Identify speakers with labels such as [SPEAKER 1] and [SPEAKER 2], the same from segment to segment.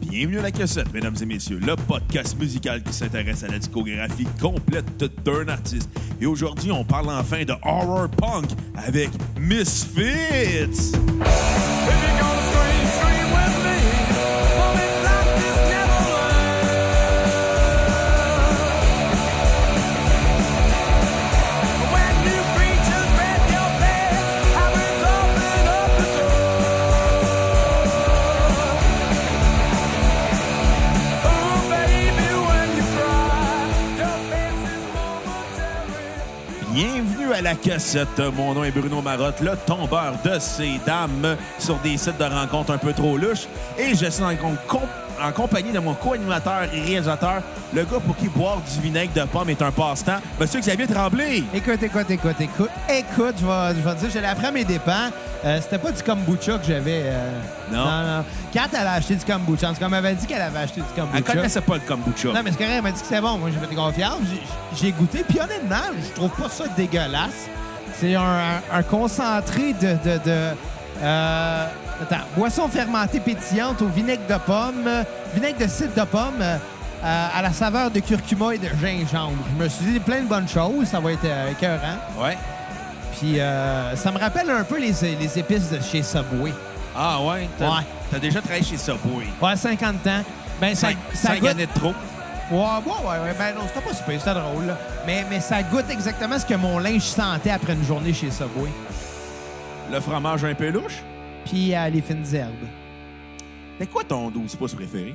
[SPEAKER 1] Bienvenue à la cassette, mesdames et messieurs, le podcast musical qui s'intéresse à la discographie complète d'un artiste. Et aujourd'hui, on parle enfin de horror punk avec Misfits.
[SPEAKER 2] If you're gonna scream, scream with me. Moments like this never end. When new creatures rend your past, hybrids open up the door. Oh, baby, when you cry, your face is momentary.
[SPEAKER 1] Bienvenue à la cassette. Mon nom est Bruno Marotte, le tombeur de ces dames sur des sites de rencontres un peu trop louches. Et je suis en, com- com- en compagnie de mon co-animateur et réalisateur, le gars pour qui boire du vinaigre de pomme est un passe-temps, Monsieur Xavier Tremblay.
[SPEAKER 3] Écoute, écoute, écoute, écoute. Écoute, je vais, je vais te dire, je l'ai appris à mes dépens. Euh, C'était pas du kombucha que j'avais. euh,
[SPEAKER 1] Non.
[SPEAKER 3] non, Quand elle a acheté du kombucha, en tout cas, elle m'avait dit qu'elle avait acheté du kombucha.
[SPEAKER 1] Elle connaissait pas le kombucha.
[SPEAKER 3] Non, mais c'est correct, elle m'a dit que c'était bon. Moi, j'ai fait confiance. J'ai- J'ai goûté, puis honnêtement, je trouve pas ça dégueulasse. C'est un, un- un concentré de. de, de euh, attends, boisson fermentée pétillante au vinaigre de pomme, euh, vinaigre de cidre de pomme, euh, euh, à la saveur de curcuma et de gingembre. Je me suis dit plein de bonnes choses, ça va être euh, écœurant.
[SPEAKER 1] Ouais.
[SPEAKER 3] Puis euh, ça me rappelle un peu les, les épices de chez Subway.
[SPEAKER 1] Ah ouais? T'as,
[SPEAKER 3] Ouais.
[SPEAKER 1] T'as déjà travaillé chez Subway.
[SPEAKER 3] Ouais, 50 ans. Ben, ça,
[SPEAKER 1] Cinq-
[SPEAKER 3] ça
[SPEAKER 1] cinq
[SPEAKER 3] goûte-
[SPEAKER 1] années de trop.
[SPEAKER 3] Ouais, ouais, ouais, ouais. Ben non, c'était pas super, c'était drôle. là. Mais, mais ça goûte exactement ce que mon linge sentait après une journée chez Subway.
[SPEAKER 1] Le fromage un peu louche.
[SPEAKER 3] Puis euh, les fines herbes.
[SPEAKER 1] C'est quoi ton 12 pouces préféré?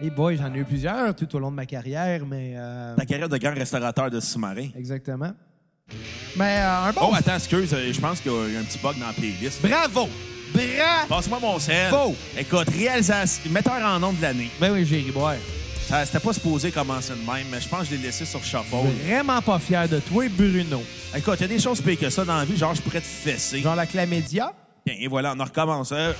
[SPEAKER 3] Et boy, j'en ai eu plusieurs tout au long de ma carrière, mais... euh,
[SPEAKER 1] Ta carrière de grand restaurateur de sous-marin.
[SPEAKER 3] Exactement. Mais euh, un bon...
[SPEAKER 1] Oh, attends, excuse, euh, je pense qu'il y a un petit bug dans la playlist.
[SPEAKER 3] Bravo! Bravo!
[SPEAKER 1] Passe-moi mon sel.
[SPEAKER 3] Faux.
[SPEAKER 1] Écoute, réalisation, metteur en nom de l'année.
[SPEAKER 3] Ben oui, j'ai ri, ouais.
[SPEAKER 1] Ça, c'était pas supposé commencer de même, mais je pense que je l'ai laissé sur shuffle.
[SPEAKER 3] Vraiment pas fier de toi, Bruno.
[SPEAKER 1] Écoute, il y a des choses pires que ça dans la vie, genre je pourrais te fesser.
[SPEAKER 3] Genre la clamédia.
[SPEAKER 1] Bien, et voilà, on en recommence. Euh,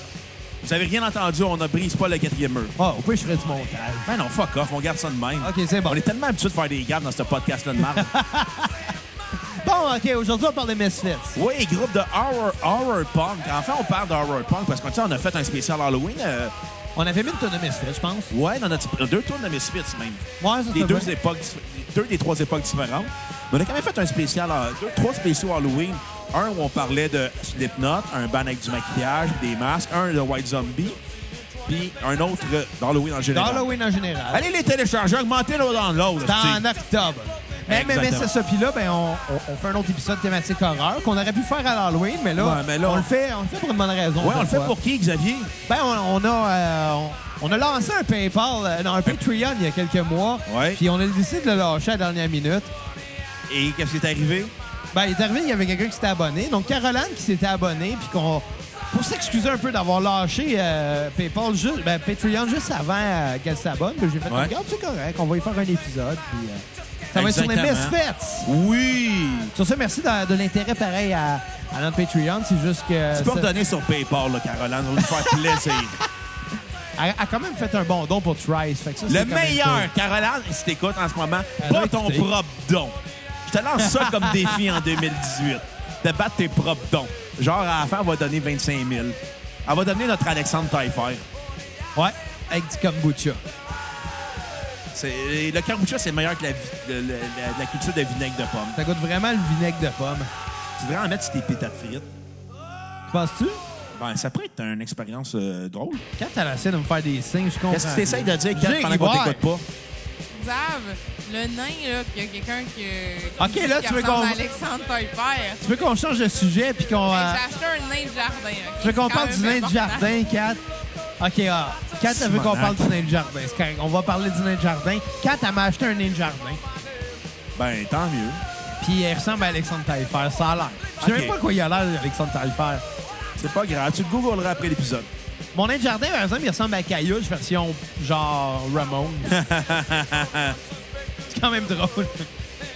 [SPEAKER 1] Vous avez rien entendu, on ne brise pas le quatrième mur.
[SPEAKER 3] Ah, au pire, je ferais du montage.
[SPEAKER 1] Ben non, fuck off, on garde ça de même.
[SPEAKER 3] OK, c'est bon.
[SPEAKER 1] On est tellement habitué de faire des gammes dans ce podcast-là de marde.
[SPEAKER 3] Bon, OK, aujourd'hui, on parle des Misfits.
[SPEAKER 1] oui, groupe de horror, horror punk. Enfin, on parle de horror punk parce qu'on tu sais, on a fait un spécial Halloween. euh,
[SPEAKER 3] On avait mis une tonne de Misfits, je pense. Ouais,
[SPEAKER 1] ouais, dans notre, deux tours de Misfits même.
[SPEAKER 3] ça,
[SPEAKER 1] Les
[SPEAKER 3] c'est
[SPEAKER 1] deux
[SPEAKER 3] vrai.
[SPEAKER 1] époques, dif- les deux des trois époques différentes. Mais on a quand même fait un spécial, euh, deux, trois spéciaux Halloween. Un où on parlait de Slipknot, un ban avec du maquillage, des masques, un de White Zombie, puis un autre euh, d'Halloween en général.
[SPEAKER 3] D'Halloween en général.
[SPEAKER 1] Allez les télécharger, augmentez nos downloads.
[SPEAKER 3] Dans
[SPEAKER 1] hostie.
[SPEAKER 3] octobre. Mais, mais, mais
[SPEAKER 1] Exactement.
[SPEAKER 3] c'est ça. Puis là, ben, on, on- on fait un autre épisode thématique horreur qu'on aurait pu faire à l'Halloween, mais là,
[SPEAKER 1] Ouais, mais là,
[SPEAKER 3] on,
[SPEAKER 1] on-
[SPEAKER 3] le fait, on le fait pour une bonne raison.
[SPEAKER 1] Ouais, on le
[SPEAKER 3] cette
[SPEAKER 1] fait
[SPEAKER 3] fois.
[SPEAKER 1] pour qui, Xavier?
[SPEAKER 3] Ben, on, on a, euh, on, on a lancé un PayPal, euh, non, un Patreon il y a quelques mois.
[SPEAKER 1] Ouais.
[SPEAKER 3] Puis on a décidé de le lâcher à la dernière minute.
[SPEAKER 1] Et qu'est-ce qui est arrivé?
[SPEAKER 3] Ben, il est arrivé, il y avait quelqu'un qui s'était abonné. Donc, Caroline qui s'était abonnée, puis qu'on. Pour s'excuser un peu d'avoir lâché euh, PayPal, juste, ben, Patreon juste avant euh, qu'elle s'abonne, ben, j'ai fait
[SPEAKER 1] Ouais.
[SPEAKER 3] regarde, c'est correct, on va y faire un épisode, puis euh, ça va être sur les
[SPEAKER 1] Exactement.
[SPEAKER 3] Misfits.
[SPEAKER 1] Oui!
[SPEAKER 3] Sur ce, merci de, de l'intérêt pareil à, à notre Patreon. C'est juste que.
[SPEAKER 1] Tu peux
[SPEAKER 3] ça-
[SPEAKER 1] redonner sur PayPal, là, Caroline, on va nous faire plaisir.
[SPEAKER 3] elle a quand même fait un bon don pour Trice. Fait que ça, c'est
[SPEAKER 1] Le
[SPEAKER 3] quand même cool.
[SPEAKER 1] meilleur, Caroline, si t'écoutes en ce moment,
[SPEAKER 3] Elle
[SPEAKER 1] pas
[SPEAKER 3] doit
[SPEAKER 1] ton
[SPEAKER 3] écouter.
[SPEAKER 1] propre don. Je te lance ça comme défi en 2018. De battre tes propres dons. Genre, à la fin, on va donner 25 000. Elle va donner notre Alexandre Taillefer.
[SPEAKER 3] Ouais, avec du kombucha.
[SPEAKER 1] C'est- Le kombucha, c'est meilleur que la, vi- le- le- la- la culture de vinaigre de pomme.
[SPEAKER 3] Ça goûte vraiment le vinaigre de pomme.
[SPEAKER 1] Tu devrais en mettre sur tes pétates frites.
[SPEAKER 3] Penses-tu?
[SPEAKER 1] Ben, ça pourrait être une expérience euh, drôle.
[SPEAKER 3] Quand elle essaie de me faire des signes, je comprends.
[SPEAKER 1] Qu'est-ce que tu essayes de dire, Kat,
[SPEAKER 3] J'ai
[SPEAKER 1] pendant qu'on
[SPEAKER 3] ri, ouais.
[SPEAKER 1] t'écoute pas?
[SPEAKER 4] Xav, le nain, là, qu'il y a quelqu'un qui. qui
[SPEAKER 3] Ok,
[SPEAKER 4] dit
[SPEAKER 3] là,
[SPEAKER 4] qu'il
[SPEAKER 3] tu veux
[SPEAKER 4] ressemble
[SPEAKER 3] qu'on-
[SPEAKER 4] à Alexandre Taillefer.
[SPEAKER 3] Tu veux qu'on change de sujet puis qu'on. euh,
[SPEAKER 4] J'ai acheté un nain de jardin. ok?
[SPEAKER 3] Tu veux qu'on
[SPEAKER 4] C'est
[SPEAKER 3] parle
[SPEAKER 4] quand
[SPEAKER 3] du
[SPEAKER 4] même
[SPEAKER 3] nain de
[SPEAKER 4] important.
[SPEAKER 3] jardin, Kat? OK, ah. Kat, elle veut qu'on
[SPEAKER 1] Simonac.
[SPEAKER 3] parle du nain de jardin. C'est correct. On va parler du nain de jardin. Kat, elle m'a acheté un nain de jardin.
[SPEAKER 1] Ben, tant mieux.
[SPEAKER 3] Puis elle ressemble à Alexandre Taillefer. Ça a l'air. Je sais
[SPEAKER 1] OK.
[SPEAKER 3] même pas à quoi il a l'air, Alexandre Taillefer.
[SPEAKER 1] C'est pas grave. Tu le googleras après l'épisode.
[SPEAKER 3] Mon nain de jardin, par exemple, il ressemble à Caillouche version genre Ramon. C'est quand même drôle.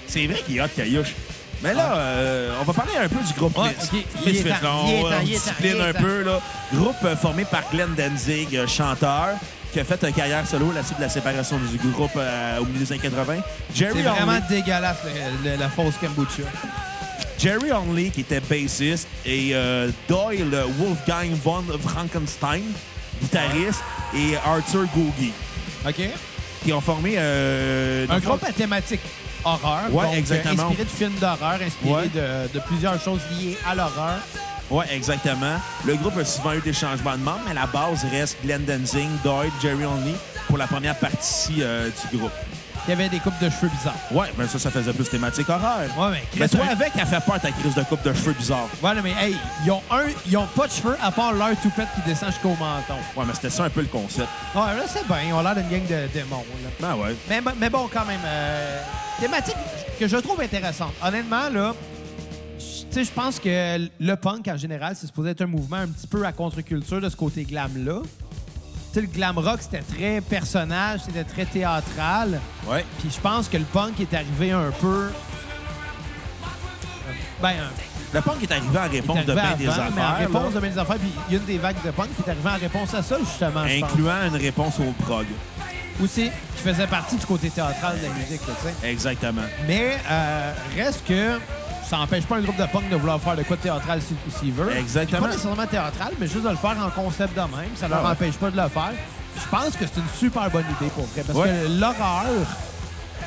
[SPEAKER 1] C'est vrai qu'il est hot, Caillouche. Mais là, euh, on va parler un peu du groupe
[SPEAKER 3] Ah. Ouais,
[SPEAKER 1] Miss.
[SPEAKER 3] ok. Il est
[SPEAKER 1] Misfits,
[SPEAKER 3] temps,
[SPEAKER 1] on-
[SPEAKER 3] il est
[SPEAKER 1] on
[SPEAKER 3] temps, il est
[SPEAKER 1] euh, discipline
[SPEAKER 3] temps, il est
[SPEAKER 1] un
[SPEAKER 3] temps.
[SPEAKER 1] peu. Là. Groupe euh, formé par Glenn Danzig, euh, chanteur, qui a fait une carrière solo à la suite de la séparation du groupe euh, au milieu des années 80.
[SPEAKER 3] C'est
[SPEAKER 1] Jerry
[SPEAKER 3] vraiment
[SPEAKER 1] Only,
[SPEAKER 3] dégueulasse, le- le- la fausse kombucha.
[SPEAKER 1] Jerry Only, qui était bassiste, et euh, Doyle Wolfgang von Frankenstein, guitariste, et Arthur Googie,
[SPEAKER 3] OK?
[SPEAKER 1] qui ont formé... euh,
[SPEAKER 3] Un
[SPEAKER 1] dans le
[SPEAKER 3] groupe à thématique horreur.
[SPEAKER 1] Ouais,
[SPEAKER 3] donc, euh,
[SPEAKER 1] exactement.
[SPEAKER 3] Inspiré de films d'horreur, inspiré
[SPEAKER 1] Ouais.
[SPEAKER 3] de, de plusieurs choses liées à l'horreur.
[SPEAKER 1] Oui, exactement. Le groupe a souvent eu des changements de membres, mais la base reste Glenn Danzig, Doyle, Jerry Only pour la première partie euh, du groupe.
[SPEAKER 3] Il y avait des coupes de cheveux bizarres.
[SPEAKER 1] Ouais, mais ça, ça faisait plus thématique horreur.
[SPEAKER 3] Ouais, mais Chris,
[SPEAKER 1] mais toi,
[SPEAKER 3] un-
[SPEAKER 1] avec, elle fait peur ta crise de coupe de cheveux bizarre.
[SPEAKER 3] Voilà, mais hey, ils ont, un, ils ont pas de cheveux à part leur toupette qui descend jusqu'au menton.
[SPEAKER 1] Ouais, mais c'était ça un peu le concept.
[SPEAKER 3] Ouais, là, c'est bien. Ils ont l'air d'une gang de démons, là.
[SPEAKER 1] Ben ouais.
[SPEAKER 3] Mais, mais bon, quand même, euh, thématique que je trouve intéressante. Honnêtement, là, je- tu sais, je pense que le punk, en général, c'est supposé être un mouvement un petit peu à contre-culture de ce côté glam-là. Tu sais, le glam rock, c'était très personnage, c'était très théâtral.
[SPEAKER 1] Ouais.
[SPEAKER 3] Puis je pense que le punk est arrivé un peu... Ben, un-
[SPEAKER 1] Le punk est arrivé en
[SPEAKER 3] il est
[SPEAKER 1] réponse de bien
[SPEAKER 3] arrivé
[SPEAKER 1] des
[SPEAKER 3] avant, mais en
[SPEAKER 1] affaires.
[SPEAKER 3] réponse de
[SPEAKER 1] là,
[SPEAKER 3] bien des affaires, puis il y a une des vagues de punk qui est arrivée en réponse à ça, justement, je pense.
[SPEAKER 1] Incluant une réponse au prog.
[SPEAKER 3] Aussi, qui faisait partie du côté théâtral de la musique, là, tu sais.
[SPEAKER 1] Exactement.
[SPEAKER 3] Mais euh, reste que ça n'empêche pas un groupe de punk de vouloir faire de quoi de théâtral s'il s'il veut.
[SPEAKER 1] Exactement.
[SPEAKER 3] Puis Pas nécessairement théâtral, mais juste de le faire en concept de même. Ça leur
[SPEAKER 1] Ah ouais.
[SPEAKER 3] empêche pas de le faire. Je pense que c'est une super bonne idée pour vrai. Parce
[SPEAKER 1] Ouais.
[SPEAKER 3] que l'horreur,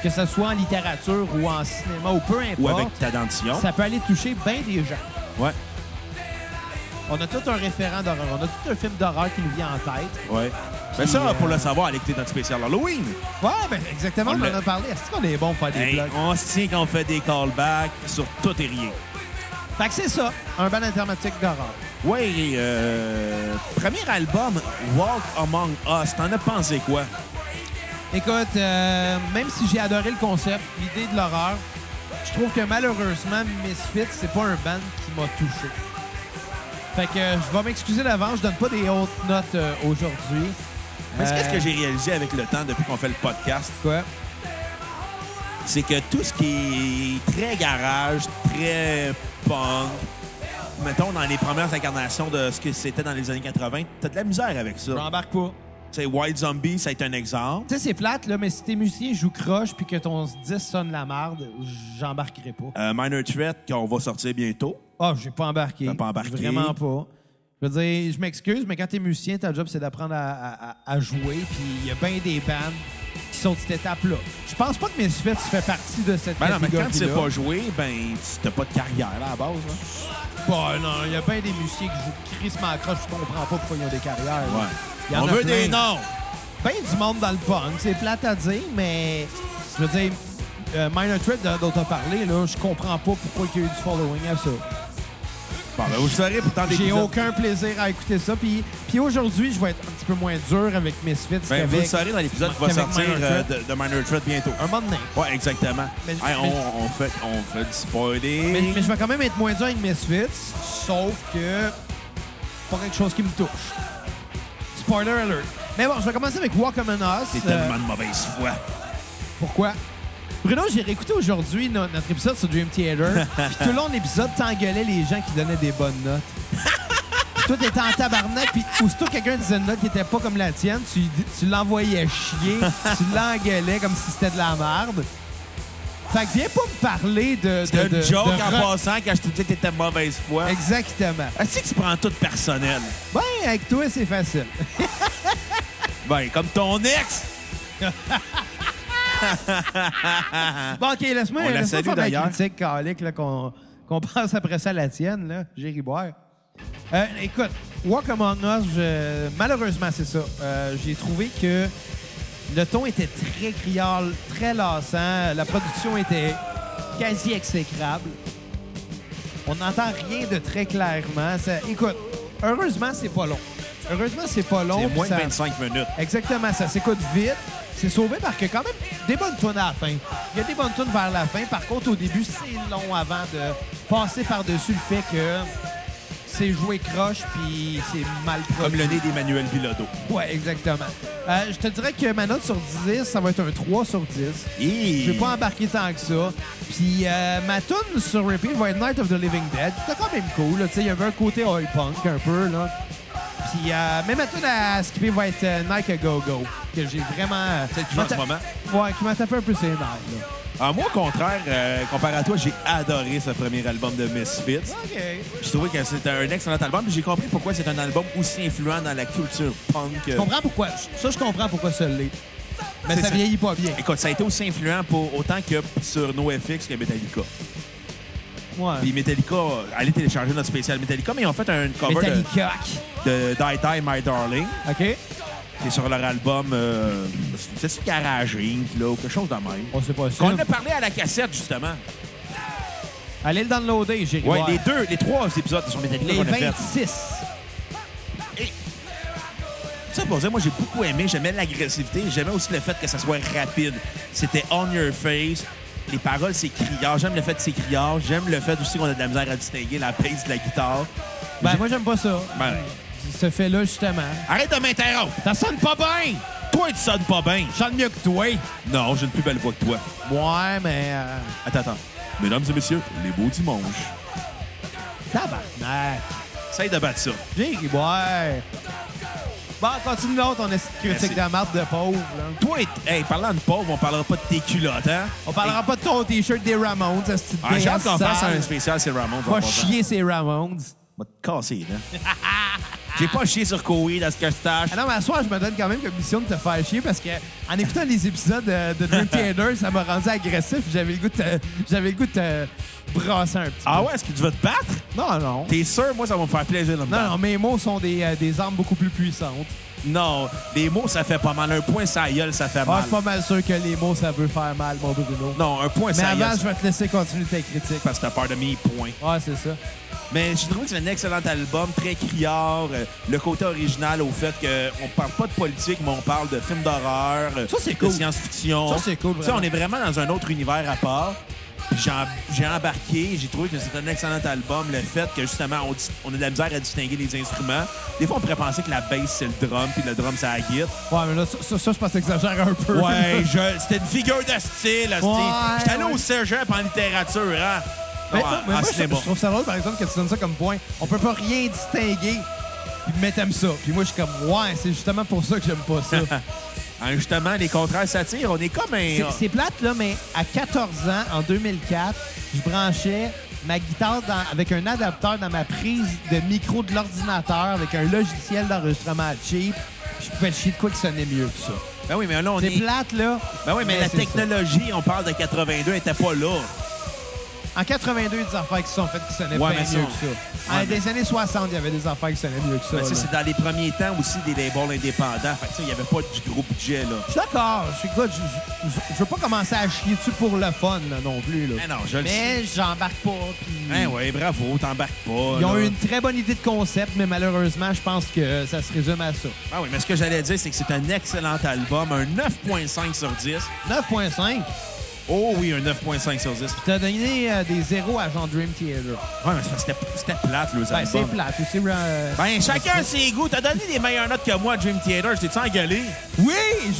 [SPEAKER 3] que ce soit en littérature ou en cinéma ou peu
[SPEAKER 1] Ou
[SPEAKER 3] importe,
[SPEAKER 1] avec ta dentition.
[SPEAKER 3] ça peut aller toucher bien des gens.
[SPEAKER 1] Ouais.
[SPEAKER 3] On a tout un référent d'horreur. On a tout un film d'horreur qui nous vient en tête.
[SPEAKER 1] Ouais. Mais
[SPEAKER 3] Puis,
[SPEAKER 1] ça,
[SPEAKER 3] euh,
[SPEAKER 1] pour le savoir, à l'été notre spécial Halloween.
[SPEAKER 3] Ouais, ben exactement,
[SPEAKER 1] On
[SPEAKER 3] on,
[SPEAKER 1] l'a-
[SPEAKER 3] en a parlé. Est-ce qu'on est bon pour faire des
[SPEAKER 1] Hey,
[SPEAKER 3] blogs?
[SPEAKER 1] on se tient quand on fait des callbacks sur tout et rien.
[SPEAKER 3] Fait que c'est ça, un band alternatif d'horreur.
[SPEAKER 1] Oui, euh, premier album, Walk Among Us, t'en as pensé quoi?
[SPEAKER 3] Écoute, euh, même si j'ai adoré le concept, l'idée de l'horreur, je trouve que malheureusement, Misfits, c'est pas un band qui m'a touché. Fait que euh, je vais m'excuser d'avance, je donne pas des hautes notes euh, aujourd'hui.
[SPEAKER 1] Mais
[SPEAKER 3] Euh,
[SPEAKER 1] qu'est-ce que j'ai réalisé avec le temps depuis qu'on fait le podcast?
[SPEAKER 3] Quoi?
[SPEAKER 1] C'est que tout ce qui est très garage, très punk, mettons dans les premières incarnations de ce que c'était dans les années 80, t'as de la misère avec ça.
[SPEAKER 3] Je m'embarque pas.
[SPEAKER 1] C'est Wild Zombie, ça a été un exemple.
[SPEAKER 3] Tu sais, c'est plate, là, mais si tes musiciens jouent croche puis que ton 10 sonne la marde, j'embarquerai pas.
[SPEAKER 1] Euh, Minor Threat, qu'on va sortir bientôt.
[SPEAKER 3] Ah, j'ai pas embarqué.
[SPEAKER 1] T'as pas embarqué.
[SPEAKER 3] Vraiment pas. Je veux dire, je m'excuse, mais quand t'es musicien, ta job, c'est d'apprendre à, à- à- à jouer. Puis il y a bien des bandes qui sont de cette étape-là. Je pense pas que Misfits fait partie de cette
[SPEAKER 1] Ben non, mais
[SPEAKER 3] catégorie-là.
[SPEAKER 1] quand tu sais pas jouer, ben tu- t'as pas de carrière là, à la base. hein. là.
[SPEAKER 3] Bah, non, il y a bien des musiciens qui jouent crissement à croche. Je comprends pas pourquoi ils ont des carrières. là. Il y en
[SPEAKER 1] On
[SPEAKER 3] a
[SPEAKER 1] veut
[SPEAKER 3] plein.
[SPEAKER 1] des noms!
[SPEAKER 3] Ben du monde dans le punk. C'est plate à dire, mais je veux dire, euh, Minor Threat dont- dont t'as parlé, là, je comprends pas pourquoi il y a eu du following à ça.
[SPEAKER 1] Bon, ben, vous saurez pourtant des
[SPEAKER 3] J'ai aucun plaisir à écouter ça. Puis, puis aujourd'hui, je vais être un petit peu moins dur avec Misfits
[SPEAKER 1] Ben, vous le
[SPEAKER 3] qu'avec...
[SPEAKER 1] saurez dans l'épisode qui va
[SPEAKER 3] qu'avec
[SPEAKER 1] sortir
[SPEAKER 3] Minor
[SPEAKER 1] euh,
[SPEAKER 3] Threat.
[SPEAKER 1] de, de Minor Threat bientôt.
[SPEAKER 3] Un moment donné.
[SPEAKER 1] Ouais, exactement.
[SPEAKER 3] Mais-
[SPEAKER 1] Hey, on,
[SPEAKER 3] mais-
[SPEAKER 1] on fait, on fait du spoiling.
[SPEAKER 3] Mais, mais je vais quand même être moins dur avec Misfits, sauf que pas quelque chose qui me touche. Spoiler alert. Mais bon, je vais commencer avec Walk Among Us.
[SPEAKER 1] T'es
[SPEAKER 3] Euh,
[SPEAKER 1] tellement de mauvaise foi.
[SPEAKER 3] pourquoi? Bruno, j'ai réécouté aujourd'hui no- notre épisode sur Dream Theater. Puis tout le long de l'épisode, t'engueulais les gens qui donnaient des bonnes notes. Puis toi, t'étais en tabarnak, puis aussitôt que quelqu'un disait une note qui était pas comme la tienne, tu, tu l'envoyais chier, tu l'engueulais comme si c'était de la merde. Fait que viens pas me parler de...
[SPEAKER 1] T'as
[SPEAKER 3] de-
[SPEAKER 1] une
[SPEAKER 3] de-
[SPEAKER 1] joke
[SPEAKER 3] de
[SPEAKER 1] en
[SPEAKER 3] rock.
[SPEAKER 1] passant quand je te dis que t'étais de mauvaise foi.
[SPEAKER 3] Exactement.
[SPEAKER 1] Est-ce que tu prends tout personnel?
[SPEAKER 3] Ben, avec toi, c'est facile.
[SPEAKER 1] Ben, comme ton ex!
[SPEAKER 3] Bon, OK, laisse-moi
[SPEAKER 1] Hein? On la
[SPEAKER 3] laisse-moi
[SPEAKER 1] salue,
[SPEAKER 3] faire ma
[SPEAKER 1] d'ailleurs.
[SPEAKER 3] critique, Calic, là, qu'on qu'on passe après ça à la tienne, là. Jerry Boire. Euh, écoute, Walk Among Us, je- malheureusement, c'est ça. Euh, J'ai trouvé que le ton était très criard, très lassant. La production était quasi exécrable. On n'entend rien de très clairement. Ça- écoute, heureusement, c'est pas long. Heureusement, c'est pas long.
[SPEAKER 1] C'est moins
[SPEAKER 3] ça-
[SPEAKER 1] de 25 minutes.
[SPEAKER 3] Exactement, ça s'écoute vite. C'est sauvé parce que quand même des bonnes tunes à la fin. Il y a des bonnes tunes vers la fin. Par contre, au début, c'est long avant de passer par-dessus le fait que c'est joué croche puis c'est mal
[SPEAKER 1] Comme
[SPEAKER 3] produit.
[SPEAKER 1] le nez d'Emmanuel Bilodeau.
[SPEAKER 3] Ouais, exactement. Euh, je te dirais que ma note sur 10, ça va être un 3 sur 10.
[SPEAKER 1] Hi!
[SPEAKER 3] Je vais pas embarquer tant que ça. Puis euh, ma tune sur repeat va être Night of the Living Dead. C'était quand même cool. là. Tu sais, il y avait un côté oil punk un peu là. Puis Puis, euh, mais ma tune à skipper va être euh, Nike a Go Go, que j'ai vraiment. euh,
[SPEAKER 1] Celle qui joue en
[SPEAKER 3] m'a
[SPEAKER 1] ce moment?
[SPEAKER 3] ta- Ouais, qui m'a tapé un peu ses nerfs. là.
[SPEAKER 1] Ah, moi, au contraire, euh, comparé à toi, j'ai adoré ce premier album de Misfits.
[SPEAKER 3] OK.
[SPEAKER 1] Je trouvais que c'était un excellent album, puis j'ai compris pourquoi c'est un album aussi influent dans la culture punk. euh,
[SPEAKER 3] Je comprends pourquoi. Ça, je comprends pourquoi ça l'est. Mais
[SPEAKER 1] C'est
[SPEAKER 3] ça
[SPEAKER 1] ça.
[SPEAKER 3] vieillit pas bien.
[SPEAKER 1] Écoute, ça a été aussi influent pour autant que sur NoFX que Metallica.
[SPEAKER 3] Ouais.
[SPEAKER 1] Puis Metallica, euh, allez télécharger notre spécial Metallica, mais ils ont fait un cover de,
[SPEAKER 3] Metallica.
[SPEAKER 1] de Die Die My Darling,
[SPEAKER 3] OK?
[SPEAKER 1] qui est sur leur album, euh, c'est-tu Garage Inc., là, ou quelque chose de même.
[SPEAKER 3] On sait pas ça.
[SPEAKER 1] Qu'on a parlé à la cassette, justement.
[SPEAKER 3] Allez le downloader, j'ai
[SPEAKER 1] Ouais, les deux, les trois épisodes sont Metallica
[SPEAKER 3] Les
[SPEAKER 1] qu'on a fait.
[SPEAKER 3] 26.
[SPEAKER 1] Ça, pour dire, moi, j'ai beaucoup aimé. J'aimais l'agressivité. J'aimais aussi le fait que ça soit rapide. C'était on your face. Les paroles, c'est criard. J'aime le fait que c'est criard. J'aime le fait aussi qu'on a de la misère à distinguer la pace de la guitare.
[SPEAKER 3] Ben, moi, j'aime pas ça.
[SPEAKER 1] Ben,
[SPEAKER 3] Ce fait-là, justement.
[SPEAKER 1] arrête de m'interrompre.
[SPEAKER 3] Ça sonne pas bien!
[SPEAKER 1] Toi, tu sonnes pas bien.
[SPEAKER 3] Je sonne mieux que toi.
[SPEAKER 1] Non, j'ai une plus belle voix que toi.
[SPEAKER 3] Ouais, mais. euh,
[SPEAKER 1] Attends, attends. Mesdames et messieurs, les beaux dimanches.
[SPEAKER 3] Tabarnak.
[SPEAKER 1] Essaye de battre ça.
[SPEAKER 3] J'ai. Ouais. Bon, continue l'autre, on est critique
[SPEAKER 1] Merci.
[SPEAKER 3] de marde de pauvre, là.
[SPEAKER 1] Toi, t- hey, parlant de pauvre, on parlera pas de tes culottes, hein?
[SPEAKER 3] On parlera pas de ton t-shirt des Ramones, ça c'est
[SPEAKER 1] Ah, j'ai hâte qu'on fasse un spécial, c'est Ramon.
[SPEAKER 3] Va chier ces Ramones.
[SPEAKER 1] Va te casser, là. j'ai pas chié sur Koei dans ce que je tâche.
[SPEAKER 3] Ah non, mais à soir, je me donne quand même comme mission de te faire chier parce que en écoutant les épisodes euh, de Dream Theater, ça m'a rendu agressif. J'avais le goût de te, j'avais le goût de te brasser un petit
[SPEAKER 1] Ah ouais, est-ce que tu veux te battre?
[SPEAKER 3] peu. Non, non.
[SPEAKER 1] T'es sûr, moi, ça va me faire plaisir de me
[SPEAKER 3] Non,
[SPEAKER 1] battre.
[SPEAKER 3] non, mes mots sont des, euh, des armes beaucoup plus puissantes.
[SPEAKER 1] Non, les mots, ça fait pas mal. Un point, ça gueule, ça fait
[SPEAKER 3] Ah, je
[SPEAKER 1] mal.
[SPEAKER 3] suis pas mal sûr que les mots, ça peut faire mal, mon Bruno.
[SPEAKER 1] Non, un point,
[SPEAKER 3] mais
[SPEAKER 1] ça
[SPEAKER 3] avant,
[SPEAKER 1] gueule.
[SPEAKER 3] je vais te laisser continuer tes critiques.
[SPEAKER 1] Parce que t'as peur de mes points.
[SPEAKER 3] Ouais, c'est ça.
[SPEAKER 1] Mais j'ai trouvé que c'est un excellent album, très criard. euh, Le côté original au fait qu'on parle pas de politique, mais on parle de films d'horreur, euh,
[SPEAKER 3] Ça, c'est
[SPEAKER 1] de
[SPEAKER 3] cool.
[SPEAKER 1] science-fiction.
[SPEAKER 3] Ça, c'est cool,
[SPEAKER 1] Tu sais, on
[SPEAKER 3] vraiment.
[SPEAKER 1] est vraiment dans un autre univers à part. Puis J'ai em- j'ai embarqué, j'ai trouvé que c'est un excellent album. Le fait que justement, on, dis- on a de la misère à distinguer les instruments. Des fois, on pourrait penser que la bass, c'est le drum, puis le drum, c'est la guitare.
[SPEAKER 3] Ouais, mais là, ça, ça, ça, je pense que t'exagères un peu.
[SPEAKER 1] Ouais, je- c'était une figure de style. hostie.
[SPEAKER 3] Ouais,
[SPEAKER 1] J'étais allé
[SPEAKER 3] ouais.
[SPEAKER 1] au cégep en littérature, hein?
[SPEAKER 3] Mais,
[SPEAKER 1] Non, en-
[SPEAKER 3] mais
[SPEAKER 1] en
[SPEAKER 3] moi, je,
[SPEAKER 1] cinéma.
[SPEAKER 3] je trouve ça drôle, par exemple, que tu donnes ça comme point. On peut pas rien distinguer, puis mais t'aimes ça. Puis moi, je suis comme, ouais, c'est justement pour ça que j'aime pas ça.
[SPEAKER 1] Ah, justement, les contraires s'attirent. On est comme un...
[SPEAKER 3] C'est- C'est plate, là, mais à 14 ans, en 2004, je branchais ma guitare dans- avec un adapteur dans ma prise de micro de l'ordinateur avec un logiciel d'enregistrement cheap. puis Je pouvais chier de quoi qui sonnait mieux que ça.
[SPEAKER 1] Ben oui, mais là, on est...
[SPEAKER 3] C'est plate, là.
[SPEAKER 1] Ben oui, mais, la
[SPEAKER 3] c'est ça.
[SPEAKER 1] technologie, on parle de 82, était pas là.
[SPEAKER 3] En 82, il y a des affaires qui se sont faites qui sonnaient
[SPEAKER 1] Ouais,
[SPEAKER 3] bien
[SPEAKER 1] mais ça,
[SPEAKER 3] mieux que ça.
[SPEAKER 1] ouais,
[SPEAKER 3] En
[SPEAKER 1] mais-
[SPEAKER 3] des années 60, il y avait des affaires qui sonnaient mieux que ça.
[SPEAKER 1] Ben, tu sais,
[SPEAKER 3] là.
[SPEAKER 1] c'est dans les premiers temps aussi des labels indépendants. Fait que ça, il n'y avait pas du gros budget, là.
[SPEAKER 3] Je suis d'accord. Je suis- écoute, je- je- je veux pas commencer à chier dessus pour le fun, là, non plus. Là.
[SPEAKER 1] Ben non, je le sais.
[SPEAKER 3] Mais j'embarque pas. puis-
[SPEAKER 1] Ben oui, bravo, t'embarques pas.
[SPEAKER 3] Ils ont
[SPEAKER 1] là.
[SPEAKER 3] eu une très bonne idée de concept, mais malheureusement, je pense que ça se résume à ça.
[SPEAKER 1] Ah oui, mais ce que j'allais dire, c'est que c'est un excellent album, un 9.5 sur 10.
[SPEAKER 3] 9.5,
[SPEAKER 1] Oh oui, un 9.5 sur 10. Ouais,
[SPEAKER 3] t'as donné euh, des zéros à Jean Dream Theater.
[SPEAKER 1] mais c'est parce que c'était c'était plate, le
[SPEAKER 3] Ben, c'est plate. ou c'est, euh,
[SPEAKER 1] Ben, chacun ses goûts. T'as donné des meilleures notes que moi à Dream Theater. Je t'ai-tu engueulé?
[SPEAKER 3] Oui,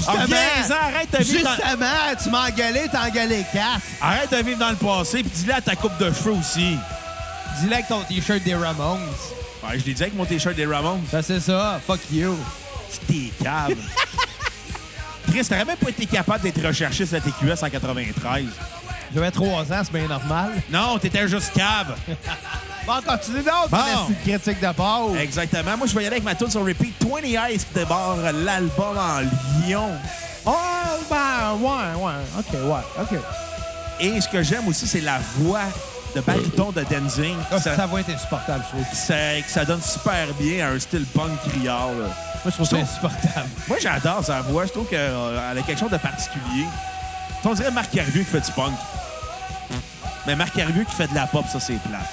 [SPEAKER 1] Ah, viens-en,
[SPEAKER 3] justement.
[SPEAKER 1] arrête de vivre dans...
[SPEAKER 3] Justement, tu m'as engueulé, t'as engueulé 4.
[SPEAKER 1] Arrête de vivre dans le passé, puis dis-le à ta coupe de cheveux aussi.
[SPEAKER 3] Dis-le avec ton t-shirt des Ramones.
[SPEAKER 1] Ben, je l'ai dit avec mon T-shirt des Ramones.
[SPEAKER 3] Ben, c'est ça. Fuck you.
[SPEAKER 1] T'es cave. Chris, t'aurais même pas été capable d'être recherché sur la TQS en 93.
[SPEAKER 3] J'avais 3 ans, c'est bien normal.
[SPEAKER 1] Non, t'étais juste cave.
[SPEAKER 3] Bon, continue d'autres.
[SPEAKER 1] Bon.
[SPEAKER 3] Merci de critique de pauvre.
[SPEAKER 1] Exactement. Moi, je vais y aller avec ma tune sur repeat. 20 Eyes qui débarre l'album en Lyon.
[SPEAKER 3] Oh, ben, ouais, ouais. OK, ouais, OK.
[SPEAKER 1] Et ce que j'aime aussi, c'est la voix de baryton de Denzing.
[SPEAKER 3] Ah, Ça,
[SPEAKER 1] Ça,
[SPEAKER 3] va être insupportable, je trouve.
[SPEAKER 1] ça- que ça donne super bien à un style punk criard. là.
[SPEAKER 3] Moi, je trouve ça insupportable.
[SPEAKER 1] Moi, j'adore sa voix. Je trouve qu'elle euh, a quelque chose de particulier. On dirait Marc Hervieux qui fait du punk. Mais Marc Hervieux qui fait de la pop, ça, c'est plate.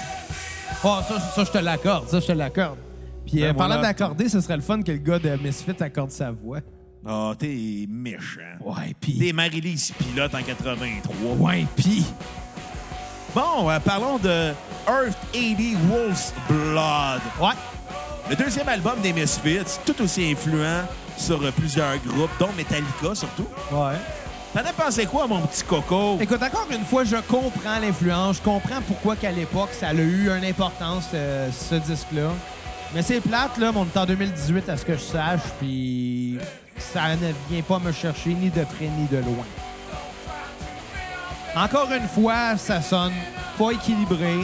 [SPEAKER 3] Oh, ça, ça, je te l'accorde. Ça, je te l'accorde. Puis,
[SPEAKER 1] Ben,
[SPEAKER 3] euh, parlant
[SPEAKER 1] voilà.
[SPEAKER 3] d'accorder, ce serait le fun que le gars de Misfit accorde sa voix.
[SPEAKER 1] Ah, t'es méchant.
[SPEAKER 3] Ouais, puis...
[SPEAKER 1] T'es Marie-Lise Pilote en 83.
[SPEAKER 3] Ouais, puis...
[SPEAKER 1] Bon, euh, parlons de Earth 80 Wolf's Blood.
[SPEAKER 3] Ouais.
[SPEAKER 1] Le deuxième album des Misfits, tout aussi influent sur euh, plusieurs groupes, dont Metallica surtout.
[SPEAKER 3] Ouais.
[SPEAKER 1] T'en as pensé quoi, mon petit coco?
[SPEAKER 3] Écoute, encore une fois, je comprends l'influence. Je comprends pourquoi qu'à l'époque, ça a eu une importance, euh, ce disque-là. Mais c'est plate, là, mais on est en 2018 à ce que je sache, puis ça ne vient pas me chercher ni de près ni de loin. Encore une fois, ça sonne pas équilibré.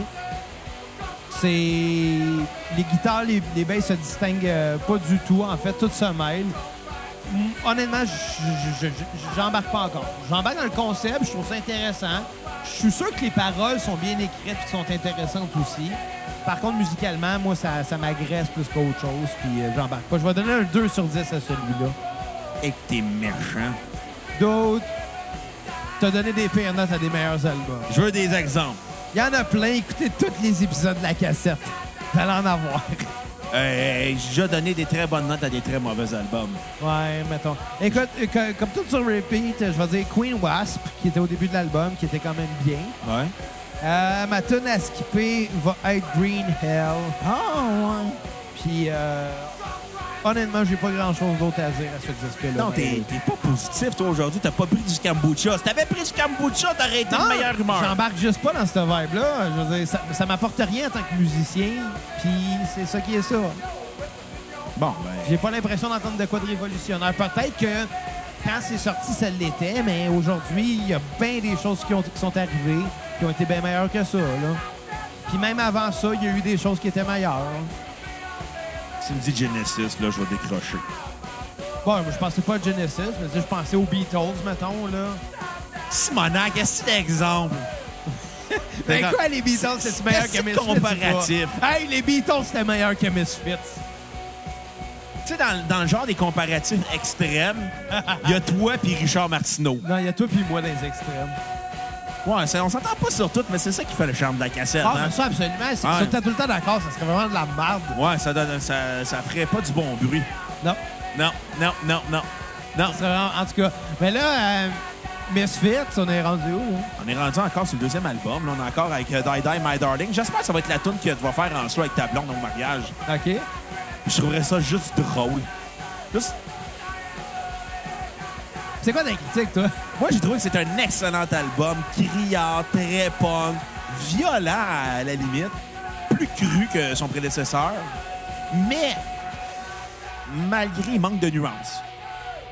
[SPEAKER 3] C'est. Les guitares, les, les basses se distinguent euh, pas du tout. En fait, tout se mêle. Hum, Honnêtement, je- je- je- je- j'embarque pas encore. J'embarque dans le concept, je trouve ça intéressant. Je suis sûr que les paroles sont bien écrites et sont intéressantes aussi. Par contre, musicalement, moi, ça, ça m'agresse plus qu'autre chose, puis euh, j'embarque pas. Je vais donner un 2 sur 10 à celui-là.
[SPEAKER 1] Et que t'es méchant.
[SPEAKER 3] D'autres, t'as donné des pires notes à des meilleurs albums.
[SPEAKER 1] Je veux des exemples.
[SPEAKER 3] Il y en a plein. Écoutez tous les épisodes de la cassette. Vous allez en avoir.
[SPEAKER 1] Euh, J'ai déjà donné des très bonnes notes à des très mauvais albums.
[SPEAKER 3] Ouais, mettons. Écoute, euh, que- comme tout sur repeat, euh, je vais dire Queen Wasp, qui était au début de l'album, qui était quand même bien.
[SPEAKER 1] Ouais.
[SPEAKER 3] Euh, ma tune à skipper va être Green Hell. Ah, ouais. Puis, euh, honnêtement, j'ai pas grand-chose d'autre à dire à ce disque-là. Ben,
[SPEAKER 1] Non, t'es t'es pas positif, toi, aujourd'hui. T'as pas pris du kombucha. Si t'avais pris du kombucha, t'aurais été de
[SPEAKER 3] Non,
[SPEAKER 1] meilleure humeur.
[SPEAKER 3] Ah! J'embarque juste pas dans cette vibe-là. Je veux dire, ça, ça m'apporte rien en tant que musicien. Puis, c'est ça qui est ça.
[SPEAKER 1] Bon, ben.
[SPEAKER 3] J'ai pas l'impression d'entendre de quoi de révolutionnaire. Peut-être que quand c'est sorti, ça l'était, mais aujourd'hui, il y a bien des choses qui, ont- qui sont arrivées qui ont été bien meilleures que ça. Là. Puis même avant ça, il y a eu des choses qui étaient meilleures.
[SPEAKER 1] Tu me dis Genesis, là, je vais décrocher.
[SPEAKER 3] Bon, moi, je pensais pas à Genesis, mais tu sais, je pensais aux Beatles, mettons. là.
[SPEAKER 1] Simonac, est-ce d'exemple?
[SPEAKER 3] Ben quoi, les Beatles, c'est meilleur que
[SPEAKER 1] c'est
[SPEAKER 3] Misfits?
[SPEAKER 1] comparatif.
[SPEAKER 3] ou pas? Hey, les Beatles, c'était meilleur que Misfits.
[SPEAKER 1] Tu sais, dans, dans le genre des comparatifs extrêmes, il y a toi puis Richard Martineau.
[SPEAKER 3] Non, il y a toi puis moi dans les extrêmes. Ah,
[SPEAKER 1] Ouais, c'est- on s'entend pas sur tout, mais c'est ça qui fait le charme de la cassette.
[SPEAKER 3] Ah,
[SPEAKER 1] hein?
[SPEAKER 3] mais ça, absolument. Si
[SPEAKER 1] Ouais.
[SPEAKER 3] on était tout le temps d'accord, ça serait vraiment de la merde.
[SPEAKER 1] Ouais, ça, donne, ça, ça ferait pas du bon bruit.
[SPEAKER 3] Non.
[SPEAKER 1] Non, non, non, non. Non,
[SPEAKER 3] Ça serait vraiment- En tout cas, mais là, euh, Misfits, on est rendu où? hein?
[SPEAKER 1] on est rendu encore sur le deuxième album. Là, on est encore avec euh, Die Die My Darling. J'espère que ça va être la tune que tu vas faire en soi avec ta blonde au mariage.
[SPEAKER 3] OK.
[SPEAKER 1] Je trouverais ça juste drôle. Juste-
[SPEAKER 3] C'est quoi ta critique, toi?
[SPEAKER 1] Moi, j'ai trouvé que c'est un excellent album, criard, très punk, violent à la limite, plus cru que son prédécesseur, mais malgré, il manque de nuances.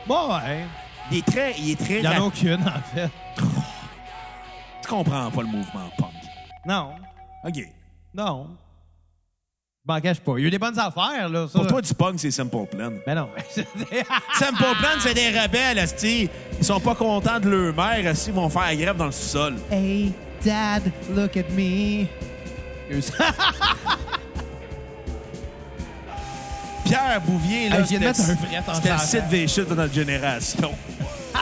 [SPEAKER 3] Bon, ouais.
[SPEAKER 1] Il est très, il est très,
[SPEAKER 3] Il n'y en a
[SPEAKER 1] ra-
[SPEAKER 3] aucune, en fait.
[SPEAKER 1] tu comprends pas le mouvement punk.
[SPEAKER 3] Non.
[SPEAKER 1] Ok.
[SPEAKER 3] Non. Je m'en cache pas. Il y a eu des bonnes affaires, là. Ça.
[SPEAKER 1] Pour toi, du punk, c'est Simple Plan.
[SPEAKER 3] Ben non. C'est-
[SPEAKER 1] Simple Plan, c'est des rebelles, esti. Ils sont pas contents de leur mère, esti. Ils vont faire grève dans le sous-sol.
[SPEAKER 3] hey, Dad, look at me. Excuse.
[SPEAKER 1] Pierre Bouvier,
[SPEAKER 3] Ah,
[SPEAKER 1] là,
[SPEAKER 3] je viens de
[SPEAKER 1] c'était-
[SPEAKER 3] mettre un fret en
[SPEAKER 1] c'était le
[SPEAKER 3] chantant.
[SPEAKER 1] site des chutes de notre génération.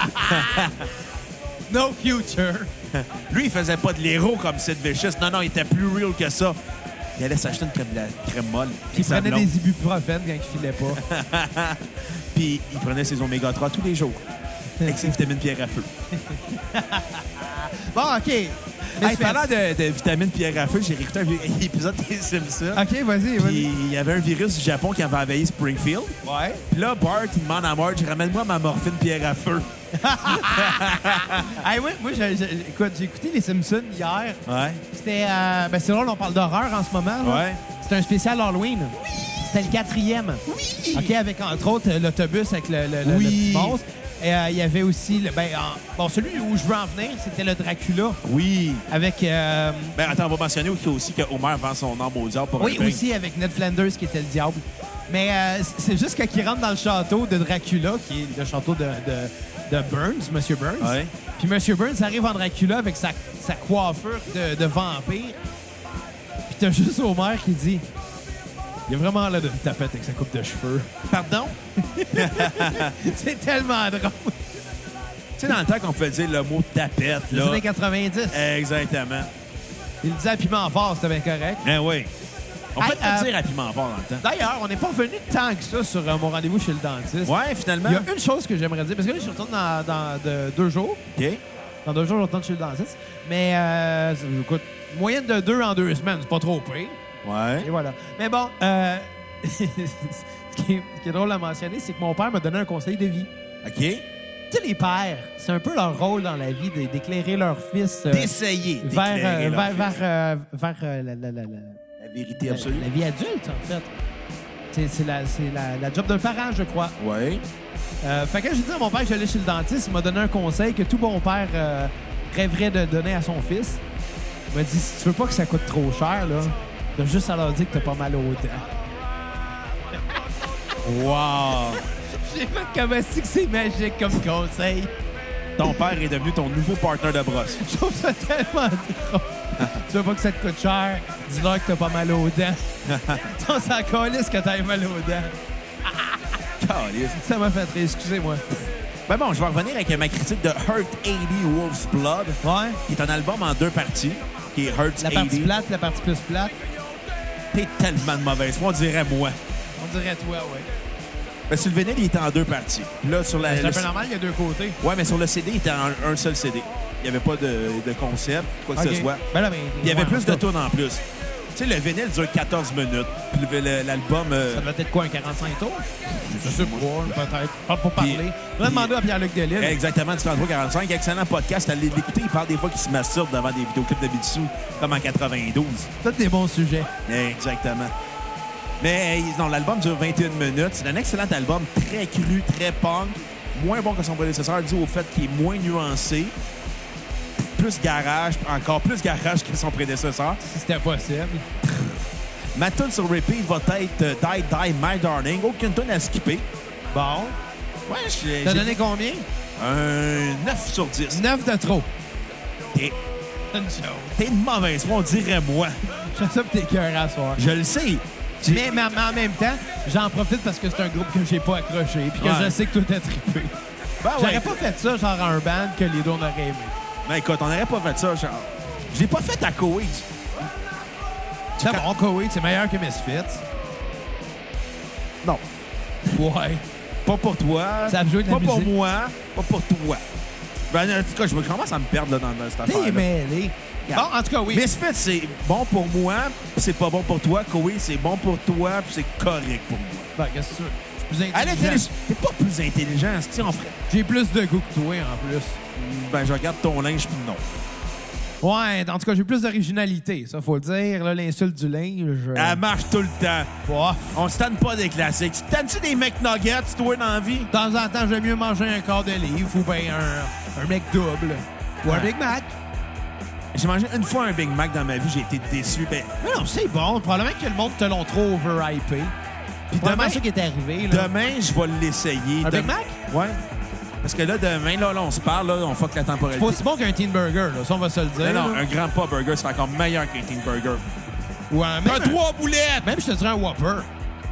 [SPEAKER 3] no future.
[SPEAKER 1] Lui, il faisait pas de l'héros comme Sid Vicious. Non, non, il était plus real que ça. Il allait s'acheter une crème, de la crème molle.
[SPEAKER 3] Puis il
[SPEAKER 1] sa
[SPEAKER 3] prenait
[SPEAKER 1] blonde.
[SPEAKER 3] des ibuprofènes quand il filait pas.
[SPEAKER 1] Puis il prenait ses oméga 3 tous les jours. Avec ses vitamines pierre à feu.
[SPEAKER 3] bon, OK.
[SPEAKER 1] Hey, parlant de, de vitamines pierre à feu, j'ai réécouté un vieux épisode des Simpsons.
[SPEAKER 3] OK, vas-y,
[SPEAKER 1] Puis
[SPEAKER 3] Ah, vas-y.
[SPEAKER 1] il y avait un virus du Japon qui avait envahi Springfield.
[SPEAKER 3] Ouais.
[SPEAKER 1] Puis là, Bart, il demande à Marge, ramène-moi ma morphine pierre à feu.
[SPEAKER 3] Hey, ouais, moi, j'ai- j'ai- écoute, j'ai écouté Les Simpsons hier.
[SPEAKER 1] Ouais.
[SPEAKER 3] C'était. euh, ben, c'est drôle, on parle d'horreur en ce moment. là.
[SPEAKER 1] Ouais.
[SPEAKER 3] C'était un spécial Halloween. Oui. C'était le quatrième. Oui. OK, avec entre autres euh, l'autobus avec le, le- le- le
[SPEAKER 1] Oui.
[SPEAKER 3] petit monstre. Et euh, il y avait aussi. Le, ben, en- bon, celui où je veux en venir, c'était le Dracula.
[SPEAKER 1] Oui.
[SPEAKER 3] Avec. euh,
[SPEAKER 1] Ben attends, on va mentionner aussi que Homer vend son âme au diable pour
[SPEAKER 3] oui,
[SPEAKER 1] un pain.
[SPEAKER 3] aussi avec Ned Flanders qui était le diable. Mais euh, c- c'est juste qu'il rentre dans le château de Dracula, qui est le château de, de- de Burns, Monsieur Burns.
[SPEAKER 1] Ouais.
[SPEAKER 3] Puis Monsieur Burns arrive en Dracula avec sa, sa coiffure de, de vampire. Puis t'as juste Homer qui dit Il a vraiment l'air d'une tapette avec sa coupe de cheveux.
[SPEAKER 1] Pardon?
[SPEAKER 3] C'est tellement drôle.
[SPEAKER 1] Tu sais, dans le temps qu'on pouvait dire le mot tapette,
[SPEAKER 3] Les
[SPEAKER 1] là.
[SPEAKER 3] années 90.
[SPEAKER 1] Exactement.
[SPEAKER 3] Il le disait à piment fort, c'était bien correct.
[SPEAKER 1] Ben oui. On
[SPEAKER 3] Hey,
[SPEAKER 1] peut te
[SPEAKER 3] euh,
[SPEAKER 1] dire à piment fort dans le temps.
[SPEAKER 3] D'ailleurs, on n'est pas revenu tant que ça sur euh, mon rendez-vous chez le dentiste.
[SPEAKER 1] Ouais, finalement.
[SPEAKER 3] Il y a une chose que j'aimerais dire, parce que là, je retourne dans, dans de- deux jours.
[SPEAKER 1] OK.
[SPEAKER 3] Dans deux jours, je retourne chez le dentiste. Mais, euh, ça nous coûte moyenne de deux en deux semaines, c'est pas trop pire. Et
[SPEAKER 1] Ouais.
[SPEAKER 3] voilà. Mais bon, euh, ce, qui est, ce qui est drôle à mentionner, c'est que mon père m'a donné un conseil de vie.
[SPEAKER 1] OK.
[SPEAKER 3] Tu sais, les pères, c'est un peu leur rôle dans la vie de- d'éclairer leur fils euh,
[SPEAKER 1] D'essayer
[SPEAKER 3] vers,
[SPEAKER 1] d'éclairer
[SPEAKER 3] euh,
[SPEAKER 1] leur
[SPEAKER 3] vers,
[SPEAKER 1] fils.
[SPEAKER 3] vers, euh, vers, euh, la, la- la- la-
[SPEAKER 1] la vérité
[SPEAKER 3] la-
[SPEAKER 1] absolue.
[SPEAKER 3] la vie adulte, en fait. C'est c'est la, c'est la, la job d'un parent, je crois.
[SPEAKER 1] Oui.
[SPEAKER 3] Euh, fait que quand j'ai dit à mon père que j'allais chez le dentiste, il m'a donné un conseil que tout bon père euh, rêverait de donner à son fils. Il m'a dit si tu veux pas que ça coûte trop cher, là, t'as juste à leur dire que t'as pas mal au dents.
[SPEAKER 1] Wow.
[SPEAKER 3] J'ai fait comme si que c'est magique comme conseil.
[SPEAKER 1] Ton père est devenu ton nouveau partenaire de brosse.
[SPEAKER 3] Je trouve ça tellement drôle. tu veux pas que ça te coûte cher, dis-leur que t'as pas mal aux dents. On s'en calisse que t'as mal aux dents.
[SPEAKER 1] Caliste.
[SPEAKER 3] Ça m'a fait rire, excusez-moi.
[SPEAKER 1] Ben bon, je vais revenir avec ma critique de Hurt 80 Wolf's Blood,
[SPEAKER 3] Ouais.
[SPEAKER 1] qui est un album en deux parties, qui est Hurt
[SPEAKER 3] La
[SPEAKER 1] 80.
[SPEAKER 3] partie plate, la partie plus plate.
[SPEAKER 1] T'es tellement de mauvaise foi, on dirait moi.
[SPEAKER 3] On dirait toi, ouais.
[SPEAKER 1] Ben, sur le vinyle, il était en deux parties. Là, sur la,
[SPEAKER 3] C'est
[SPEAKER 1] le-
[SPEAKER 3] un peu normal, il y a deux côtés.
[SPEAKER 1] Ouais, mais sur le CD, il était en un seul CD. Il n'y avait pas de, de concept, quoi que
[SPEAKER 3] Ok.
[SPEAKER 1] ce soit.
[SPEAKER 3] Ben là, mais-
[SPEAKER 1] Il y avait
[SPEAKER 3] ouais, en
[SPEAKER 1] plus
[SPEAKER 3] tout
[SPEAKER 1] de
[SPEAKER 3] cas,
[SPEAKER 1] tunes en plus. Tu sais, le vinyle dure 14 minutes. Puis le- le- l'album... euh,
[SPEAKER 3] Ça devait être quoi, un 45 tours? Je sais pas, peut-être. Pas pour
[SPEAKER 1] Puis-
[SPEAKER 3] parler. On a demandé à Pierre-Luc Delisle.
[SPEAKER 1] Exactement, du 43-45. Excellent podcast. Allez l'écouter. Il parle des fois qu'il se masturbe devant des vidéoclips de Bitsou, comme en 92.
[SPEAKER 3] Peut-être des bons sujets.
[SPEAKER 1] Exactement. Mais euh, non, l'album dure 21 minutes. C'est un excellent album, très cru, très punk. Moins bon que son prédécesseur, dû au fait qu'il est moins nuancé. Plus garage, encore plus garage que son prédécesseur.
[SPEAKER 3] Si c'était possible.
[SPEAKER 1] Ma tune sur repeat va être euh, Die Die My Darling. Aucune tune à skipper.
[SPEAKER 3] Bon.
[SPEAKER 1] Ouais, j'ai
[SPEAKER 3] T'as
[SPEAKER 1] j'ai
[SPEAKER 3] donné combien?
[SPEAKER 1] un 9 sur 10.
[SPEAKER 3] 9 de trop.
[SPEAKER 1] T'es-
[SPEAKER 3] Une chose.
[SPEAKER 1] T'es une mauvaise foi, on dirait moi.
[SPEAKER 3] Je sais que t'es cœur à soir.
[SPEAKER 1] Je le sais. J'ai-
[SPEAKER 3] Mais, mais en même temps, j'en profite parce que c'est un groupe que j'ai pas accroché puis que
[SPEAKER 1] Ouais.
[SPEAKER 3] je sais que tout est trippé.
[SPEAKER 1] Ben ouais.
[SPEAKER 3] J'aurais pas fait ça genre à un band que les deux on aurait aimé.
[SPEAKER 1] Ben écoute, on n'aurait pas fait ça, Charles. Je l'ai pas fait à Koweït.
[SPEAKER 3] C'est bon, Koweït, c'est meilleur que Misfits.
[SPEAKER 1] Non.
[SPEAKER 3] Ouais.
[SPEAKER 1] Pas pour toi.
[SPEAKER 3] Ça a joué de la
[SPEAKER 1] Pas pour
[SPEAKER 3] musique.
[SPEAKER 1] moi. Pas pour toi. Ben, en tout cas, je me- je commence à me perdre là, dans, dans cette
[SPEAKER 3] T'es
[SPEAKER 1] affaire.
[SPEAKER 3] mêlé. Bon, en tout cas, oui.
[SPEAKER 1] Misfits, c'est bon pour moi, puis c'est pas bon pour toi. Koweït, c'est bon pour toi, puis c'est correct pour moi.
[SPEAKER 3] Ben, qu'est-ce que tu veux? Je suis plus
[SPEAKER 1] Allez,
[SPEAKER 3] intelligent.
[SPEAKER 1] t'es pas plus intelligent, si on ferait.
[SPEAKER 3] J'ai plus de goût que toi, en plus.
[SPEAKER 1] Ben, je regarde ton linge, puis non.
[SPEAKER 3] Ouais, en tout cas, j'ai plus d'originalité, ça, faut le dire. Là, l'insulte du linge. euh,
[SPEAKER 1] Elle marche tout le temps.
[SPEAKER 3] bof.
[SPEAKER 1] On se tanne pas des classiques. Tu te tannes-tu des McNuggets, toi, dans la vie?
[SPEAKER 3] De temps en temps, j'aime mieux manger un quart de livre ou bien un, un mec double. Ou un
[SPEAKER 1] Ouais.
[SPEAKER 3] Big Mac.
[SPEAKER 1] J'ai mangé une fois un Big Mac dans ma vie, j'ai été déçu. Ben,
[SPEAKER 3] Mais non, c'est bon. Probablement que le monde te l'ont trop overhypé. Puis
[SPEAKER 1] demain-
[SPEAKER 3] demain, ça qui est arrivé. Là.
[SPEAKER 1] Demain, je vais l'essayer.
[SPEAKER 3] Un
[SPEAKER 1] Dem-
[SPEAKER 3] Big Mac?
[SPEAKER 1] Ouais. Parce que là, demain, là, là, on se parle, là, on fuck la
[SPEAKER 3] C'est
[SPEAKER 1] temporalité.
[SPEAKER 3] pas aussi bon qu'un Teen Burger, là. ça on va se le
[SPEAKER 1] Non,
[SPEAKER 3] dire.
[SPEAKER 1] non,
[SPEAKER 3] là.
[SPEAKER 1] un grand pas burger, c'est encore meilleur qu'un Teen Burger.
[SPEAKER 3] Ou un, même,
[SPEAKER 1] Un trois boulettes!
[SPEAKER 3] même, je te dirais un Whopper.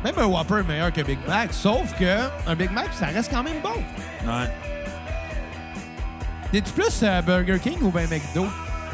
[SPEAKER 3] Même un Whopper est meilleur que Big Mac, sauf que un Big Mac, ça reste quand même bon.
[SPEAKER 1] Ouais.
[SPEAKER 3] T'es-tu plus euh, Burger King ou bien McDo?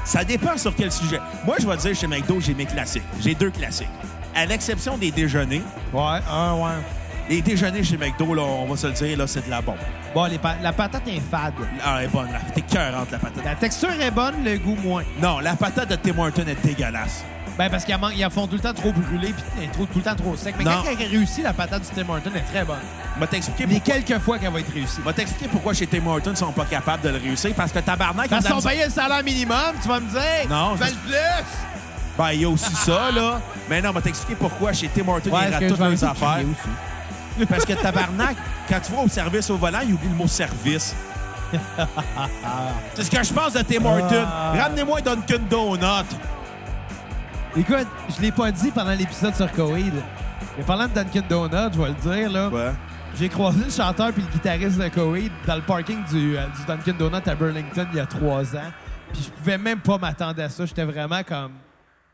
[SPEAKER 1] Ça dépend sur quel sujet. Moi, je vais dire, chez McDo, j'ai mes classiques. J'ai deux classiques. À l'exception des déjeuners.
[SPEAKER 3] Ouais, un, ouais.
[SPEAKER 1] Les déjeuners chez McDo, là, on va se le dire, là, c'est de la bombe.
[SPEAKER 3] Bon, les pa- la patate est fade.
[SPEAKER 1] Ah, elle est bonne, là. T'es cœurante, la patate.
[SPEAKER 3] La texture est bonne, le goût moins.
[SPEAKER 1] Non, la patate de Tim Hortons est dégueulasse.
[SPEAKER 3] Ben, parce qu'ils la font tout le temps trop brûlée puis elle est trop- tout le temps trop sec. Mais
[SPEAKER 1] Non.
[SPEAKER 3] quand elle réussit, la patate du Tim Hortons est très bonne.
[SPEAKER 1] Je vais t'expliquer
[SPEAKER 3] Mais
[SPEAKER 1] pourquoi.
[SPEAKER 3] quelques fois qu'elle va être réussie.
[SPEAKER 1] Je vais t'expliquer pourquoi chez Tim Hortons, ils sont pas capables de le réussir. Parce que tabarnak, ils ont
[SPEAKER 3] Parce
[SPEAKER 1] de la
[SPEAKER 3] qu'on
[SPEAKER 1] misère-
[SPEAKER 3] payait le salaire minimum, tu vas me dire?
[SPEAKER 1] Non,
[SPEAKER 3] Fais le plus!
[SPEAKER 1] Ben, il y a aussi ça, là. Mais non, on va t'expliquer pourquoi chez Tim Hortons,
[SPEAKER 3] Ouais,
[SPEAKER 1] ils
[SPEAKER 3] parce
[SPEAKER 1] ratent
[SPEAKER 3] que
[SPEAKER 1] toutes
[SPEAKER 3] je vais
[SPEAKER 1] leurs
[SPEAKER 3] arrêter de
[SPEAKER 1] affaires.
[SPEAKER 3] crier
[SPEAKER 1] Parce que tabarnak, quand tu vas au service au volant, ils oublient le mot service. C'est ce que je pense de Tim Hortons.
[SPEAKER 3] Ah.
[SPEAKER 1] Ramenez-moi un Dunkin' Donut.
[SPEAKER 3] Écoute, je l'ai pas dit pendant l'épisode sur Coheed. Mais parlant de Dunkin' Donut, je vais le dire, là.
[SPEAKER 1] Ouais.
[SPEAKER 3] J'ai croisé le chanteur puis le guitariste de Coheed dans le parking du, euh, du Dunkin' Donut à Burlington il y a trois ans. Puis je pouvais même pas m'attendre à ça. J'étais vraiment comme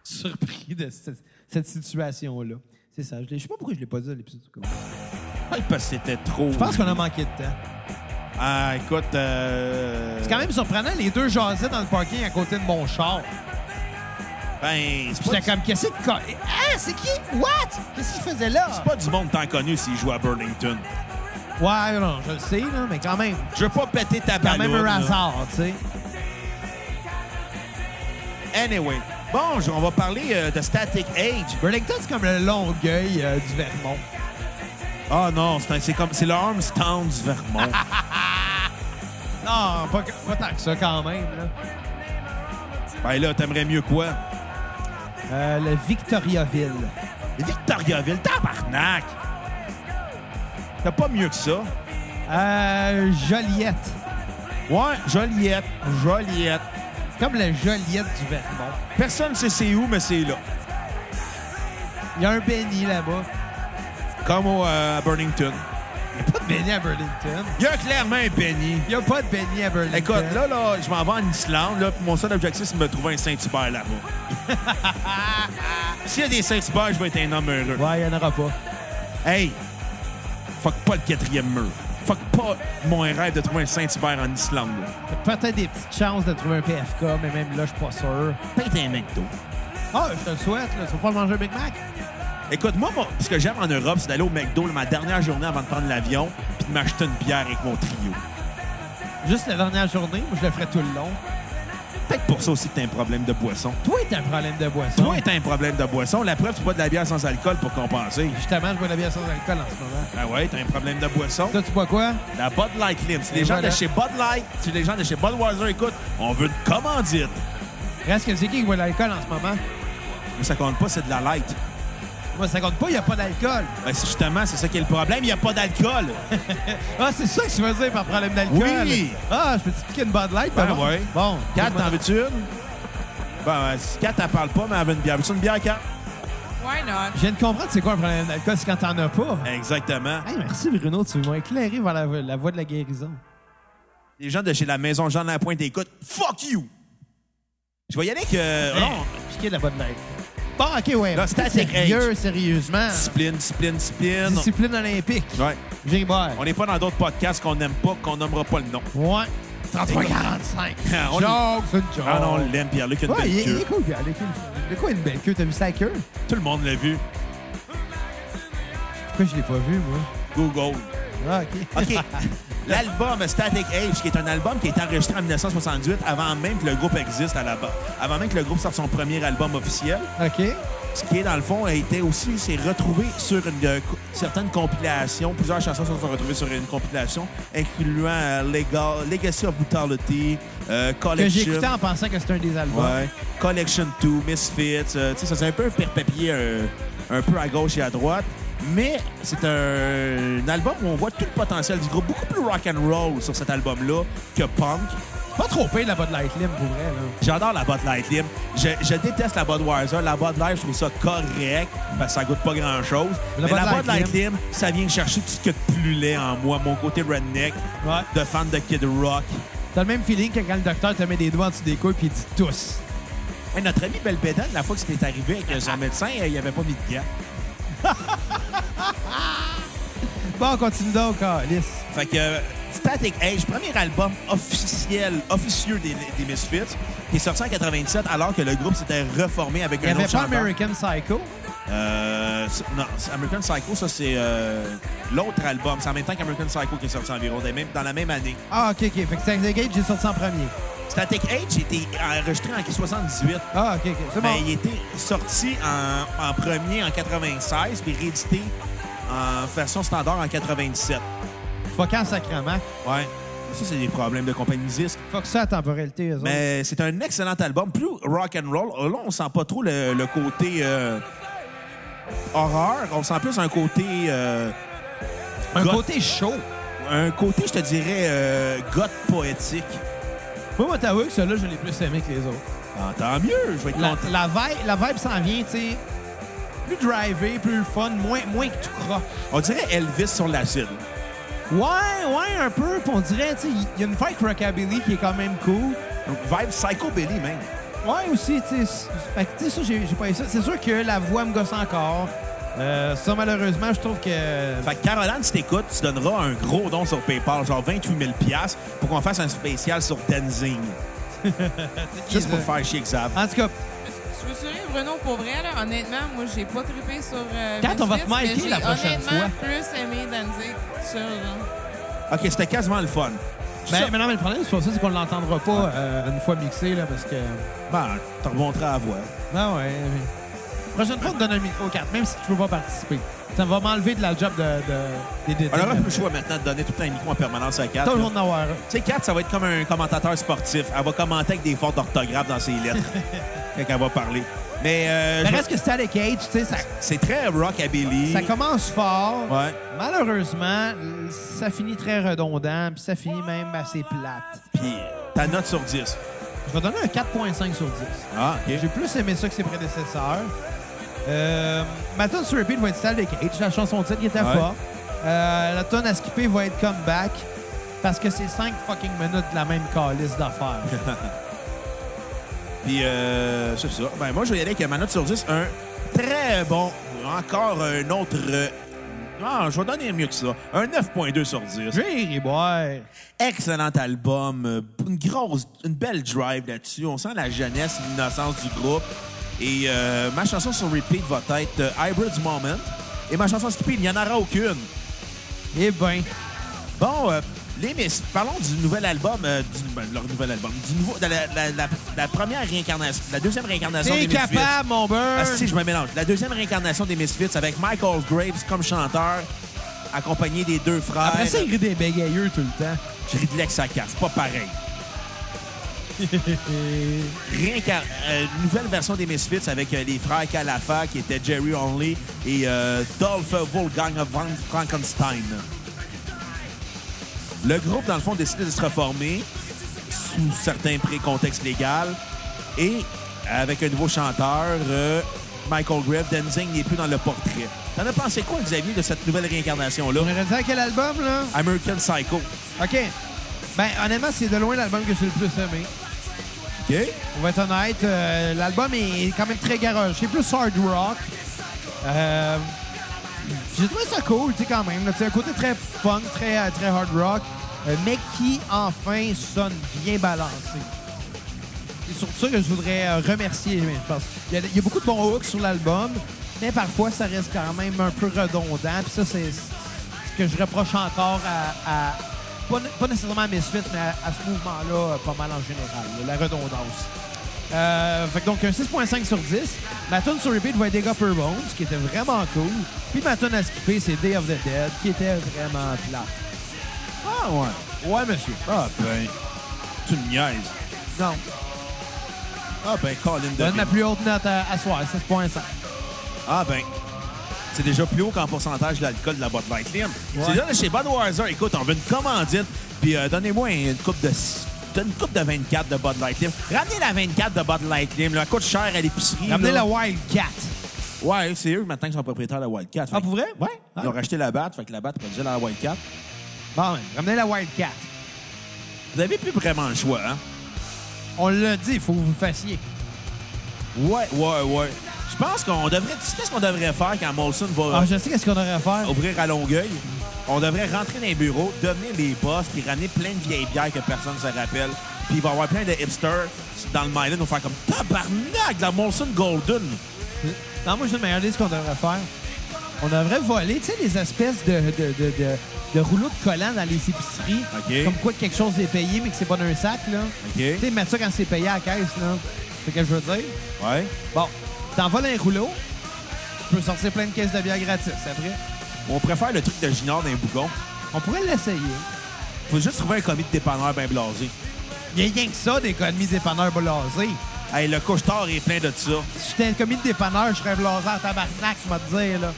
[SPEAKER 3] surpris de cette, cette situation-là. C'est ça. Je l'ai- je sais pas pourquoi je l'ai pas dit à l'épisode du Coheed.
[SPEAKER 1] Parce Ah, que c'était trop.
[SPEAKER 3] Je pense qu'on a manqué de temps.
[SPEAKER 1] Ah, écoute. euh,
[SPEAKER 3] C'est quand même surprenant, les deux jasaient dans le parking à côté de mon char.
[SPEAKER 1] Ben, c'est
[SPEAKER 3] J'étais
[SPEAKER 1] pas,
[SPEAKER 3] comme, qu'est-ce que... Ah, c'est qui? What? Qu'est-ce qu'il faisait là?
[SPEAKER 1] c'est pas du monde tant connu s'ils jouent à Burlington.
[SPEAKER 3] Ouais, non, je le sais, là, mais quand même.
[SPEAKER 1] Je veux pas péter ta
[SPEAKER 3] Quand même
[SPEAKER 1] balloune,
[SPEAKER 3] un
[SPEAKER 1] là.
[SPEAKER 3] hasard, tu sais.
[SPEAKER 1] Anyway. Bon, je- on va parler euh, de Static Age.
[SPEAKER 3] Burlington, c'est comme le Longueuil euh, du Vermont.
[SPEAKER 1] Ah non, c'est un- c'est comme c'est le Armstown du Vermont.
[SPEAKER 3] Non, pas, que- pas tant que ça, quand même. Là.
[SPEAKER 1] ben là, t'aimerais mieux quoi?
[SPEAKER 3] Euh, le Victoriaville.
[SPEAKER 1] Victoriaville, tabarnak! T'as pas mieux que ça.
[SPEAKER 3] Euh, Joliette.
[SPEAKER 1] Ouais, Joliette, Joliette.
[SPEAKER 3] Comme la Joliette du Vermont.
[SPEAKER 1] Personne ne sait c'est où, mais c'est là.
[SPEAKER 3] Il y a un Benny là-bas.
[SPEAKER 1] Comme au, euh, à Burnington.
[SPEAKER 3] Il n'y a pas de Benny à Burlington.
[SPEAKER 1] Il y a clairement un Benny.
[SPEAKER 3] Il n'y a pas de Benny à Burlington.
[SPEAKER 1] Écoute, là, là, je m'en vais en Islande, là, puis mon seul objectif, c'est de me trouver un Saint-Hubert là-bas. S'il y a des Saint-Hubert, je vais être un homme heureux.
[SPEAKER 3] Ouais, il n'y en aura pas.
[SPEAKER 1] Hey, fuck pas le quatrième mur. Fuck pas mon rêve de trouver un Saint-Hubert en Islande.
[SPEAKER 3] Il y a Peut-être des petites chances de trouver un PFK, mais même là, je suis pas sûr.
[SPEAKER 1] Pète un McDo.
[SPEAKER 3] Ah, je te le souhaite, là. Tu vas pouvoir manger un Big Mac.
[SPEAKER 1] Écoute, moi, moi, ce que j'aime en Europe, c'est d'aller au McDo là, ma dernière journée avant de prendre l'avion puis de m'acheter une bière avec mon trio.
[SPEAKER 3] Juste la dernière journée, moi, je le ferai tout le long.
[SPEAKER 1] Peut-être pour ça aussi que t'as un problème de boisson.
[SPEAKER 3] Toi, t'as un problème de boisson.
[SPEAKER 1] Toi, t'as un problème de boisson. La preuve, tu bois de la bière sans alcool pour compenser.
[SPEAKER 3] Justement, je bois de la bière sans alcool en ce moment.
[SPEAKER 1] Ah ouais, t'as un problème de boisson.
[SPEAKER 3] Toi, tu bois quoi?
[SPEAKER 1] La Bud Light Lim. Si
[SPEAKER 3] Et
[SPEAKER 1] les gens
[SPEAKER 3] voilà.
[SPEAKER 1] de chez Bud Light, si les gens de chez Budweiser écoutent, on veut une commandite.
[SPEAKER 3] Reste que c'est qui qui boit de l'alcool en ce moment?
[SPEAKER 1] Mais ça compte pas, c'est de la light.
[SPEAKER 3] Moi, ça compte pas, il n'y a pas d'alcool.
[SPEAKER 1] Ben, c'est justement, c'est ça qui est le problème. Il n'y a pas d'alcool.
[SPEAKER 3] Ah, c'est ça que tu veux dire par problème d'alcool?
[SPEAKER 1] Oui.
[SPEAKER 3] Ah, je peux t'expliquer une Bud Light?
[SPEAKER 1] Ben
[SPEAKER 3] pardon?
[SPEAKER 1] ouais.
[SPEAKER 3] Bon.
[SPEAKER 1] Kat, t'en veux-tu une? Ben, si Kat, elle parle pas, mais elle veut une bière. Veux-tu une bière, Kat?
[SPEAKER 4] Why not?
[SPEAKER 3] Je viens de comprendre c'est quoi un problème d'alcool, c'est quand t'en as pas.
[SPEAKER 1] Exactement.
[SPEAKER 3] Hey, merci Bruno, tu m'as éclairé vers la, la voie de la guérison.
[SPEAKER 1] Les gens de chez la maison Jean Lapointe écoutent. Fuck you! Je vais y aller que... Non,
[SPEAKER 3] piqué de la bonne lettre. Bon, OK, ouais.
[SPEAKER 1] Là,
[SPEAKER 3] c'est
[SPEAKER 1] Static
[SPEAKER 3] sérieux, sérieusement.
[SPEAKER 1] discipline, discipline, discipline.
[SPEAKER 3] Discipline olympique.
[SPEAKER 1] Ouais.
[SPEAKER 3] Gilbert.
[SPEAKER 1] On n'est pas dans d'autres podcasts qu'on n'aime pas, qu'on nommera pas le nom.
[SPEAKER 3] Ouais. 33-45.
[SPEAKER 1] Ah, on-
[SPEAKER 3] Joke, c'est une joke.
[SPEAKER 1] Ah non, on l'aime, Pierre-Luc, il a une
[SPEAKER 3] Ouais,
[SPEAKER 1] belle
[SPEAKER 3] il, il
[SPEAKER 1] queue.
[SPEAKER 3] est cool, Pierre. Il est cool. Il a quoi une belle queue? T'as vu sa queue?
[SPEAKER 1] Tout le monde l'a vu.
[SPEAKER 3] Pourquoi je l'ai pas vu, moi?
[SPEAKER 1] Google.
[SPEAKER 3] Ah, OK.
[SPEAKER 1] OK. L'album Static Age, qui est un album qui a été enregistré en 1968, avant même que le groupe existe à la base. Avant même que le groupe sorte son premier album officiel,
[SPEAKER 3] OK.
[SPEAKER 1] ce qui est dans Ah. le fond a été aussi, c'est retrouvé sur une, euh, co- certaines compilations. Plusieurs chansons se sont retrouvées sur une compilation, incluant euh, Lega- Legacy of Brutality, euh,
[SPEAKER 3] Que
[SPEAKER 1] Collection.
[SPEAKER 3] j'ai écouté en pensant que c'était un des albums.
[SPEAKER 1] Ouais. Collection 2, Misfits. euh, tu sais, ça c'est un peu un perpépier euh, un peu à gauche et à droite. Mais c'est un, un album où on voit tout le potentiel du groupe, beaucoup plus rock and roll sur cet album-là que punk.
[SPEAKER 3] Pas trop pire la Bud Light Lim, pour vrai, là.
[SPEAKER 1] J'adore la Bud Light Lim. Je, je déteste la Budweiser. La Bud Light, je trouve ça correct parce que ça goûte pas grand-chose.
[SPEAKER 3] La
[SPEAKER 1] Mais
[SPEAKER 3] Bud
[SPEAKER 1] la
[SPEAKER 3] Light
[SPEAKER 1] Bud Light Lim, ça vient chercher tout ce qu'il y a de plus laid en moi, mon côté redneck,
[SPEAKER 3] Ouais.
[SPEAKER 1] de fan de Kid Rock.
[SPEAKER 3] T'as le même feeling que quand le docteur te met des doigts en dessous des couilles puis il dit tous.
[SPEAKER 1] Hey, notre ami Belbédane, la fois que c'était arrivé avec son médecin, euh, il avait pas mis de gants.
[SPEAKER 3] Bon, on continue donc, Alice.
[SPEAKER 1] Fait que euh, Static Age, premier album officiel, officieux des, des Misfits, qui est sorti en 97 alors que le groupe s'était reformé avec
[SPEAKER 3] Il n'y
[SPEAKER 1] un
[SPEAKER 3] avait
[SPEAKER 1] autre
[SPEAKER 3] pas
[SPEAKER 1] chanteur.
[SPEAKER 3] American Psycho.
[SPEAKER 1] Euh, c- non, c'est American Psycho, ça c'est euh, l'autre album. C'est en même temps qu'American Psycho qui est sorti environ des mêmes- dans la même année.
[SPEAKER 3] Ah, OK, OK. Fait que Static Age, j'ai sorti en premier.
[SPEAKER 1] Static Age était enregistré en 78,
[SPEAKER 3] Ah, OK, OK. C'est bon.
[SPEAKER 1] mais il était sorti en, en premier en 96 puis réédité en version standard en 97.
[SPEAKER 3] Fuck en sacrement.
[SPEAKER 1] Ouais. Ça, c'est des problèmes de compagnie disque.
[SPEAKER 3] Fuck ça à temporalité, eux autres.
[SPEAKER 1] Mais c'est un excellent album, plus rock and roll. oh, Là, on sent pas trop le, le côté euh, horreur. On sent plus un côté, euh,
[SPEAKER 3] Un
[SPEAKER 1] goth-
[SPEAKER 3] côté chaud.
[SPEAKER 1] un côté, je te dirais, euh, goth poétique.
[SPEAKER 3] Moi, moi, t'avoue que celui-là, je l'ai plus aimé que les autres.
[SPEAKER 1] Ah, tant mieux, je vais être
[SPEAKER 3] La,
[SPEAKER 1] content.
[SPEAKER 3] la vibe, la vibe s'en vient, tu sais. Plus drivé, plus fun, moins, moins que tout croche.
[SPEAKER 1] On dirait Elvis sur l'acide.
[SPEAKER 3] Ouais, ouais, un peu. Puis on dirait, tu sais, il y a une vibe rockabilly qui est quand même cool.
[SPEAKER 1] Donc, vibe psychobilly, même.
[SPEAKER 3] Ouais, aussi, tu sais. c- Fait que, tu sais, ça, j'ai j'ai pas eu ça. C'est sûr que la voix me gosse encore. Euh, ça, malheureusement, je trouve que.
[SPEAKER 1] Fait que Caroline, si t'écoutes, tu donneras un gros don sur PayPal, genre 28 000 pour qu'on fasse un spécial sur Tenzing. Juste pour faire chier que ça.
[SPEAKER 3] En tout cas,
[SPEAKER 4] Je veux sourire, Bruno, pour vrai, là, honnêtement, moi, j'ai pas trippé sur. euh,
[SPEAKER 3] Kat, on va te
[SPEAKER 4] Misfits, mais
[SPEAKER 3] marquer la
[SPEAKER 4] j'ai
[SPEAKER 3] prochaine
[SPEAKER 4] honnêtement plus aimé Danzig sur. euh, genre.
[SPEAKER 1] OK, c'était quasiment le fun.
[SPEAKER 3] ben,
[SPEAKER 1] Ça-
[SPEAKER 3] mais non, mais le problème, c'est pour ça, c'est qu'on l'entendra pas euh, une fois mixé, là, parce que.
[SPEAKER 1] Ben, t'en remonteras à voir.
[SPEAKER 3] Ben ouais. mais- Prochaine fois, on te donne un micro 4, même si tu veux pas participer. Ça va m'enlever de la job de, de- des détails.
[SPEAKER 1] On aura plus le choix maintenant de donner tout le temps un micro en permanence à 4.
[SPEAKER 3] Toujours en avoir. un.
[SPEAKER 1] Tu sais, Kat, ça va être comme un commentateur sportif. Elle va commenter avec des fautes d'orthographe dans ses lettres quand elle va parler. Mais euh,
[SPEAKER 3] Mais
[SPEAKER 1] je-
[SPEAKER 3] reste que c'était Alec Cage, tu sais, ça,
[SPEAKER 1] c'est très rockabilly.
[SPEAKER 3] ça commence fort.
[SPEAKER 1] Ouais.
[SPEAKER 3] Malheureusement, ça finit très redondant, puis ça finit même assez plate.
[SPEAKER 1] Puis ta note sur 10.
[SPEAKER 3] Je vais donner un 4.5 sur 10.
[SPEAKER 1] Ah,
[SPEAKER 3] J'ai
[SPEAKER 1] OK.
[SPEAKER 3] plus aimé ça que ses prédécesseurs. Euh, ma tune sur repeat va être Style de Cage, la chanson titre qui était
[SPEAKER 1] Ouais.
[SPEAKER 3] forte. Euh, la tune à skipper va être Comeback parce que c'est 5 fucking minutes de la même calice d'affaires.
[SPEAKER 1] Puis euh, c'est ça. Ben, moi, je vais y aller avec ma note sur 10. Un très bon, encore un autre... euh, Ah, je vais donner mieux que ça. Un 9.2 sur 10.
[SPEAKER 3] J'ai ri, boy.
[SPEAKER 1] Excellent album, euh, une grosse, une belle drive là-dessus. On sent la jeunesse, l'innocence du groupe. Et euh, ma chanson sur repeat va être euh, Hybrid's Moment. Et ma chanson skippée, il n'y en aura aucune.
[SPEAKER 3] Eh ben,
[SPEAKER 1] Bon, euh, les Miss, parlons du nouvel album, euh, du- ben, leur nouvel album, du nouveau, de la, la- la- la première réincarnation, la deuxième réincarnation
[SPEAKER 3] t'es
[SPEAKER 1] des Misfits.
[SPEAKER 3] capable, mon beurre.
[SPEAKER 1] Ah, si, je me mélange. La deuxième réincarnation des Misfits avec Michael Graves comme chanteur, accompagné des deux frères.
[SPEAKER 3] Après ça, il rit des bégayeux tout le temps.
[SPEAKER 1] Je ris de l'ex à quatre, c'est pas pareil. Réincar- euh, nouvelle version des Misfits avec euh, les frères Calafa, qui étaient Jerry Only et euh, Dolph Wolfgang von Frankenstein. Le groupe, dans le fond, décide de se reformer sous certains précontextes légaux et avec un nouveau chanteur, euh, Michael Grave, Denzing n'est plus dans le portrait. T'en as pensé quoi, Xavier, de cette nouvelle réincarnation-là?
[SPEAKER 3] On aurait dit à quel album, là?
[SPEAKER 1] American Psycho.
[SPEAKER 3] OK. Ben, honnêtement, c'est de loin l'album que j'ai le plus aimé.
[SPEAKER 1] OK?
[SPEAKER 3] On va être honnête, euh, l'album est quand même très garage. C'est plus hard rock. Euh, J'ai trouvé ça cool, tu sais, quand même. là. Tu sais, un côté très funk, très, euh, très hard rock, euh, mais qui, enfin, sonne bien balancé. C'est sur ça que je voudrais euh, remercier, mais je pense. Il y, a, il y a beaucoup de bons hooks sur l'album, mais parfois, ça reste quand même un peu redondant. Puis ça, c'est ce que je reproche encore à... à- pas, pas nécessairement à Misfits, mais à, à ce mouvement-là, euh, pas mal en général, là, la redondance. Euh, fait que donc, un 6.5 sur 10. Ma tune sur repeat va être Dig Up Her Bones, qui était vraiment cool. Puis ma tune à skipper, c'est Day of the Dead, qui était vraiment plat.
[SPEAKER 1] Ah ouais. Ouais, monsieur. Ah ben. Tu me niaises.
[SPEAKER 3] Non,
[SPEAKER 1] Ah ben, Colin
[SPEAKER 3] donne
[SPEAKER 1] Devine.
[SPEAKER 3] ma plus haute note à, à soir, 6.5.
[SPEAKER 1] Ah ben. C'est déjà plus haut qu'en pourcentage d'alcool de la boîte Light Lim.
[SPEAKER 3] Ouais.
[SPEAKER 1] C'est là de chez Budweiser. Écoute, on veut une commandite. Puis euh, donnez-moi une coupe de. s- Une coupe de 24 de Bud Light Lim. Ramenez la 24 de Bud Light Lim. là. Elle coûte cher à l'épicerie.
[SPEAKER 3] Ramenez
[SPEAKER 1] là.
[SPEAKER 3] la Wildcat.
[SPEAKER 1] Ouais, c'est eux maintenant qui sont propriétaires de la Wildcat. Fait
[SPEAKER 3] Ah,
[SPEAKER 1] que-
[SPEAKER 3] pour vrai?
[SPEAKER 1] Ouais. Ils ont racheté la batte. Fait que la batte produisait la Wildcat.
[SPEAKER 3] Bon, ben, ramenez la Wildcat.
[SPEAKER 1] Vous avez plus vraiment le choix, hein?
[SPEAKER 3] On l'a dit, il faut que vous le fassiez.
[SPEAKER 1] Ouais, ouais, ouais. Je pense qu'on devrait. Tu sais qu'est-ce qu'on devrait faire quand Molson va.
[SPEAKER 3] Ah, je sais qu'est-ce qu'on aurait à faire.
[SPEAKER 1] ouvrir à Longueuil, on devrait rentrer dans les bureaux, devenir des boss, puis ramener plein de vieilles bières que personne ne se rappelle. Puis il va y avoir plein de hipsters dans le Myland, on va faire comme tabarnak de la Molson Golden.
[SPEAKER 3] Non, moi, j'ai une meilleure idée de ce qu'on devrait faire. On devrait voler, tu sais, les espèces de, de, de, de, de rouleaux de collant dans les épiceries.
[SPEAKER 1] OK.
[SPEAKER 3] Comme quoi que quelque chose est payé, mais que c'est pas dans un sac, là. Tu sais, mettre ça quand c'est payé à la caisse, là. C'est ce que je veux dire.
[SPEAKER 1] Ouais.
[SPEAKER 3] Bon, t'envoles un rouleau, tu peux sortir plein de caisses de bière gratis après.
[SPEAKER 1] On préfère le truc de Ginard d'un bougon.
[SPEAKER 3] On pourrait l'essayer.
[SPEAKER 1] Faut juste trouver un commis de dépanneur bien blasé.
[SPEAKER 3] Il y a rien que ça, des commis de dépanneurs blasés.
[SPEAKER 1] Hey, le couche-tard est plein de ça.
[SPEAKER 3] Si j'étais un commis de dépanneur, je serais blasé en tabarnak, je vais te dire, là.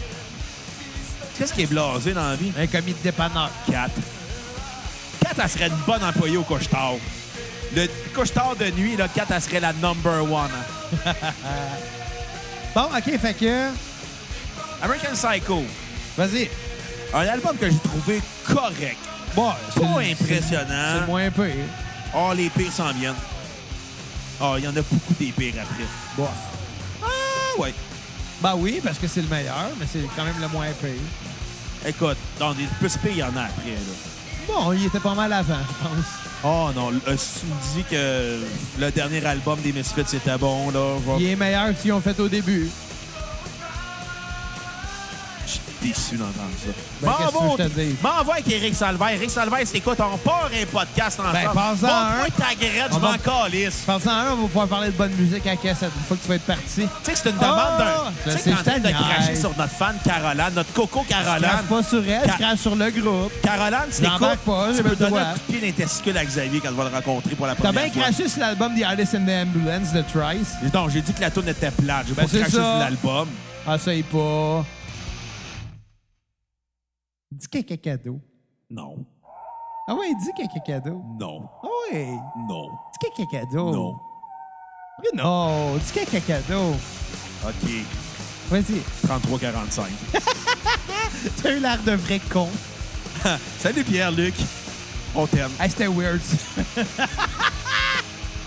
[SPEAKER 1] Qu'est-ce qui est blasé dans la vie?
[SPEAKER 3] Un commis de dépanneur.
[SPEAKER 1] Kat. Kat, elle serait une bonne employée au couche-tard. Le couche-tard de nuit, là, Kat, elle serait la number one. hein.
[SPEAKER 3] Bon, OK, fait que...
[SPEAKER 1] American Psycho.
[SPEAKER 3] Vas-y.
[SPEAKER 1] Un album que j'ai trouvé correct.
[SPEAKER 3] Bon,
[SPEAKER 1] Pas
[SPEAKER 3] c'est-
[SPEAKER 1] impressionnant.
[SPEAKER 3] C'est moins pire.
[SPEAKER 1] Oh, les pires s'en viennent. Oh, il y en a beaucoup des pires après.
[SPEAKER 3] Bon.
[SPEAKER 1] Ah, ouais.
[SPEAKER 3] Ben oui, parce que c'est le meilleur, mais c'est quand même le moins pire.
[SPEAKER 1] Écoute, dans des plus pires, il y en a après, là.
[SPEAKER 3] Bon, il était pas mal avant, je pense.
[SPEAKER 1] Oh non, euh, si tu me dis que le dernier album des Misfits c'était bon, là, va-
[SPEAKER 3] Il est meilleur que ce qu'ils ont fait au début.
[SPEAKER 1] Ch- déçu d'entendre ça.
[SPEAKER 3] Ben, qu'est-ce que
[SPEAKER 1] M'en
[SPEAKER 3] tu veux que je te dise?
[SPEAKER 1] va- M'en va avec Eric Salvaire. Eric Salvaire, c'est quoi? On part un podcast ensemble.
[SPEAKER 3] Ben, pense-en à
[SPEAKER 1] Montre-moi
[SPEAKER 3] un.
[SPEAKER 1] ta graine, je
[SPEAKER 3] On va-
[SPEAKER 1] m'en calisse.
[SPEAKER 3] Pensant à un, on va pouvoir parler de bonne musique à cassette une fois que tu vas être
[SPEAKER 1] Tu
[SPEAKER 3] parti.
[SPEAKER 1] sais que c'est une
[SPEAKER 3] Ah!
[SPEAKER 1] demande d'un...
[SPEAKER 3] Je
[SPEAKER 1] Tu
[SPEAKER 3] sais,
[SPEAKER 1] sais, quand
[SPEAKER 3] je
[SPEAKER 1] t'es de
[SPEAKER 3] t'agnais.
[SPEAKER 1] cracher sur notre fan Caroline, notre coco
[SPEAKER 3] Je crache
[SPEAKER 1] Caroline.
[SPEAKER 3] pas sur elle,
[SPEAKER 1] Ca-
[SPEAKER 3] je crache sur le groupe.
[SPEAKER 1] Caroline, c'est quoi?
[SPEAKER 3] J'embarque pas, j'ai
[SPEAKER 1] tu peux
[SPEAKER 3] pas le
[SPEAKER 1] donner
[SPEAKER 3] droit.
[SPEAKER 1] un coup de pied dans les testicules à Xavier quand tu vas le rencontrer pour la
[SPEAKER 3] T'as
[SPEAKER 1] première
[SPEAKER 3] bien
[SPEAKER 1] fois.
[SPEAKER 3] craché sur l'album The Alice in the Ambulance de Trice.
[SPEAKER 1] Non, j'ai dit que la tourne était plate. J'ai
[SPEAKER 3] Ben,
[SPEAKER 1] pas
[SPEAKER 3] c'est
[SPEAKER 1] craché sur
[SPEAKER 3] ça.
[SPEAKER 1] l'album.
[SPEAKER 3] Ah, ça y est pas. Dis quelqu'un cadeau.
[SPEAKER 1] Non,
[SPEAKER 3] Ah ouais, dis quelqu'un cadeau.
[SPEAKER 1] non,
[SPEAKER 3] Ah ouais,
[SPEAKER 1] non,
[SPEAKER 3] dis quelqu'un cadeau.
[SPEAKER 1] non.
[SPEAKER 3] Mais non, dis quelqu'un cadeau.
[SPEAKER 1] OK,
[SPEAKER 3] Vas-y,
[SPEAKER 1] 33-45.
[SPEAKER 3] t'as eu l'air d'un vrai con.
[SPEAKER 1] Salut Pierre-Luc. On t'aime.
[SPEAKER 3] Hey, c'était weird. ça.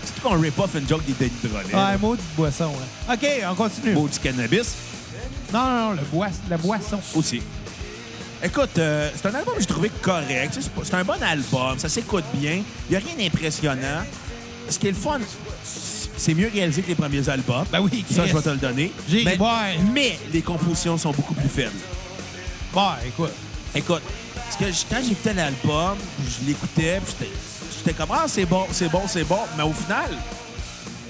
[SPEAKER 1] C'est qu'on rip off une joke des Denis Drolet.
[SPEAKER 3] Ouais, maudit boisson. là. OK, on continue.
[SPEAKER 1] Beau du cannabis
[SPEAKER 3] Non, non, non, le bois, la boisson.
[SPEAKER 1] aussi. Écoute, euh, c'est un album que j'ai trouvé correct. Tu sais, C'est pas- c'est un bon album, ça s'écoute bien. Il n'y a rien d'impressionnant. Ce qui est le fun, c'est mieux réalisé que les premiers albums.
[SPEAKER 3] Ben oui,
[SPEAKER 1] ça, je vais
[SPEAKER 3] Chris.
[SPEAKER 1] te le donner.
[SPEAKER 3] J'ai-
[SPEAKER 1] Mais,
[SPEAKER 3] ouais.
[SPEAKER 1] mais les compositions sont beaucoup plus faibles.
[SPEAKER 3] Bon, Bah, écoute.
[SPEAKER 1] Écoute, parce que j- quand j'écoutais l'album, je l'écoutais, puis j'étais- j'étais comme ah c'est bon, c'est bon, c'est bon, mais au final,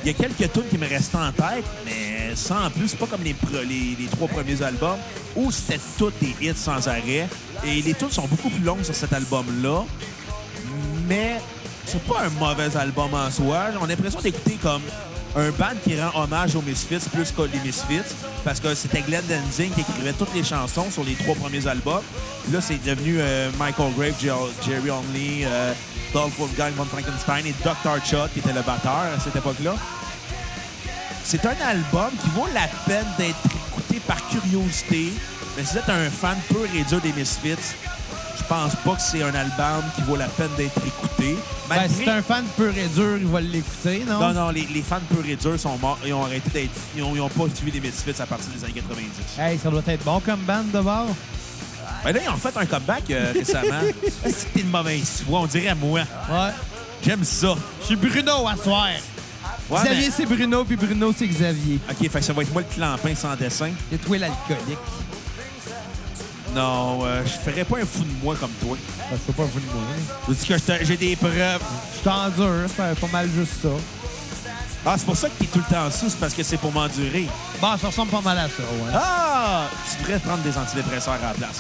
[SPEAKER 1] il y a quelques tunes qui me restaient en tête, mais sans plus, c'est pas comme les, pre- les, les trois premiers albums où c'était tous des hits sans arrêt. Et les tunes sont beaucoup plus longues sur cet album-là, mais c'est pas un mauvais album en soi. On a l'impression d'écouter comme un band qui rend hommage aux Misfits plus que les Misfits, parce que c'était Glenn Danzig qui écrivait toutes les chansons sur les trois premiers albums. Puis là, c'est devenu euh, Michael Grave, Jer- Jerry Only, euh, Dolph Wolfgang von Frankenstein et Dr. Chuck, qui était le batteur à cette époque-là. C'est un album qui vaut la peine d'être écouté par curiosité, mais si vous êtes un fan pur et dur des Misfits, je pense pas que c'est un album qui vaut la peine d'être écouté.
[SPEAKER 3] Ben,
[SPEAKER 1] Malgré-
[SPEAKER 3] si t'es un fan pur et dur, il va l'écouter, non?
[SPEAKER 1] non, non, les, les fans purs et durs sont morts. Ils ont arrêté d'être. Ils ont, ils ont pas suivi les Misfits à partir des années 90.
[SPEAKER 3] Hey, ça doit être bon comme band de bord.
[SPEAKER 1] Ben là, ils ont fait un comeback euh, récemment. Est-ce que t'es une mauvaise foi? On dirait moi.
[SPEAKER 3] Ouais.
[SPEAKER 1] J'aime ça.
[SPEAKER 3] Je suis Bruno à soir.
[SPEAKER 1] Ouais,
[SPEAKER 3] Xavier,
[SPEAKER 1] mais-
[SPEAKER 3] c'est Bruno, puis Bruno, c'est Xavier.
[SPEAKER 1] OK, fait que ça va être moi le clampin sans dessin.
[SPEAKER 3] Et toi, l'alcoolique.
[SPEAKER 1] Non, euh, je ferais pas un fou de moi comme toi.
[SPEAKER 3] Je sais pas vous de moi.
[SPEAKER 1] Je dis que je te- j'ai des preuves.
[SPEAKER 3] Je t'endure, c'est pas mal juste ça.
[SPEAKER 1] Ah, c'est pour ça que t'es tout le temps sous, c'est parce que c'est pour m'endurer.
[SPEAKER 3] Bon, Bah, ça ressemble pas mal à ça, ouais.
[SPEAKER 1] Ah! Tu devrais prendre des antidépresseurs à la place.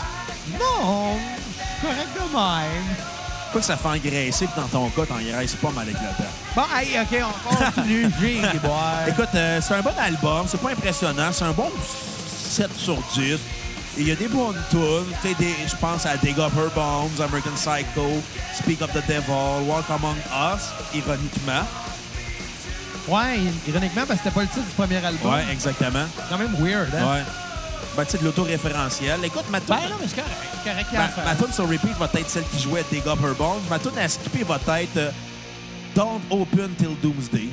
[SPEAKER 3] Non, je suis correct de même.
[SPEAKER 1] Pas que ça fait engraisser, puis dans ton cas, t'engraisses pas mal avec le temps.
[SPEAKER 3] Bon, Bah, hey, OK, on continue. J'ai des boires.
[SPEAKER 1] Écoute, euh, c'est un bon album, c'est pas impressionnant, c'est un bon 7 sur 10. Et Il y a des bonnes tunes, tu sais, des- je pense à Dig Up Her Bones, American Psycho, Speak Up the Devil, Walk Among Us, ironiquement.
[SPEAKER 3] Ouais, ironiquement, parce que c'était pas le titre du premier album.
[SPEAKER 1] Ouais, exactement.
[SPEAKER 3] C'est quand même weird, hein?
[SPEAKER 1] Ouais. Ben, tu sais, de l'autoréférentiel. Écoute, ma tune
[SPEAKER 3] Ben non, mais c'est correct. C'est correct
[SPEAKER 1] ma,
[SPEAKER 3] à faire.
[SPEAKER 1] ma tune sur repeat va être celle qui jouait à Dig Up Her Bones. Ma tune à skipper va être euh, Don't Open Till Doomsday,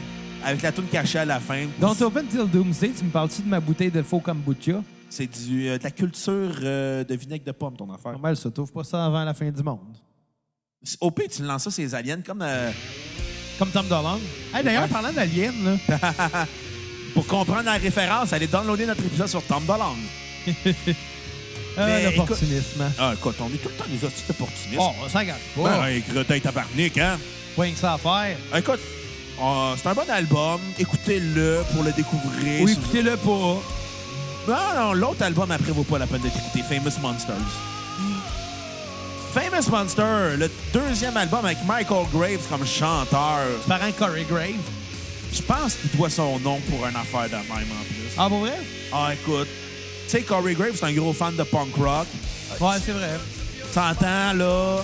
[SPEAKER 1] avec la tune cachée à la fin.
[SPEAKER 3] Don't Open Till Doomsday, tu me parles-tu de ma bouteille de faux kombucha?
[SPEAKER 1] C'est du, euh, de la culture euh, de vinaigre de pomme, ton affaire.
[SPEAKER 3] Normal, ça. T'ouvres pas ça avant la fin du monde.
[SPEAKER 1] Au pire, tu le lances ça, c'est les aliens, comme euh,
[SPEAKER 3] Comme Tom Dolan. Hey, d'ailleurs,
[SPEAKER 1] Ouais.
[SPEAKER 3] parlant d'Alien,
[SPEAKER 1] Ben,
[SPEAKER 3] là.
[SPEAKER 1] pour comprendre la référence, allez downloader notre épisode sur Tom Dolan.
[SPEAKER 3] euh,
[SPEAKER 1] Mais
[SPEAKER 3] L'opportunisme. hein.
[SPEAKER 1] Ah, écoute, on est tout le temps des hosties opportunistes.
[SPEAKER 3] Oh, on s'engage pas.
[SPEAKER 1] Ben, hey, crétin tabarnak, hein?
[SPEAKER 3] Pas rien que ça à faire.
[SPEAKER 1] Écoute, euh, c'est un bon album. Écoutez-le pour le découvrir.
[SPEAKER 3] Ou
[SPEAKER 1] Si vous-
[SPEAKER 3] écoutez-le pas.
[SPEAKER 1] Non, non, l'autre album après vaut pas la peine de l'écouter. Famous Monsters. Famous Monster, le deuxième album avec Michael Graves comme chanteur.
[SPEAKER 3] Par un Corey Grave.
[SPEAKER 1] Je pense qu'il doit son nom pour une affaire de même en plus.
[SPEAKER 3] Ah, pour vrai?
[SPEAKER 1] Ah, écoute, tu sais, Corey Graves, c'est un gros fan de punk rock.
[SPEAKER 3] Ouais, c'est vrai.
[SPEAKER 1] T'entends, là?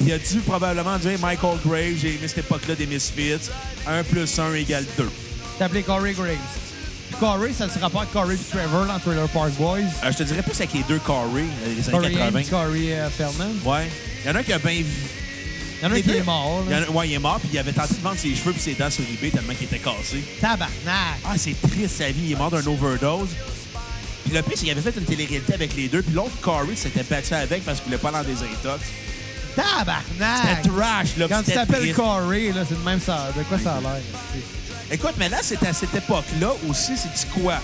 [SPEAKER 1] Il a dû probablement dire Michael Graves, j'ai aimé cette époque-là des Misfits. 1 plus 1 égale 2.
[SPEAKER 3] T'as appelé Corey Graves. Puis Corey, ça se rapporte Corey et Trevor dans Trailer Park Boys.
[SPEAKER 1] Euh, je te dirais plus avec les deux Corey, euh, les années
[SPEAKER 3] Corey Haim,
[SPEAKER 1] 80.
[SPEAKER 3] Corey euh, Feldman.
[SPEAKER 1] Ouais. Il y en a un qui a bien.
[SPEAKER 3] Il y en a un qui est mort,
[SPEAKER 1] Il y
[SPEAKER 3] là.
[SPEAKER 1] en a- Ouais, il est mort, puis il avait tenté de vendre ses cheveux puis ses dents sur eBay tellement qu'il était cassé.
[SPEAKER 3] Tabarnak.
[SPEAKER 1] Ah, c'est triste sa vie, il est mort d'un overdose. Puis le pire, c'est qu'il avait fait une télé-réalité avec les deux, puis l'autre Corey s'était battu avec parce qu'il voulait pas dans des intox.
[SPEAKER 3] Tabarnak.
[SPEAKER 1] C'était trash, là. puis
[SPEAKER 3] Quand tu
[SPEAKER 1] c'était
[SPEAKER 3] t'appelles
[SPEAKER 1] triste.
[SPEAKER 3] Corey, là, c'est de même ça. De quoi ça a l'air?
[SPEAKER 1] Écoute, mais là, c'est à cette époque-là aussi, c'est du quoi?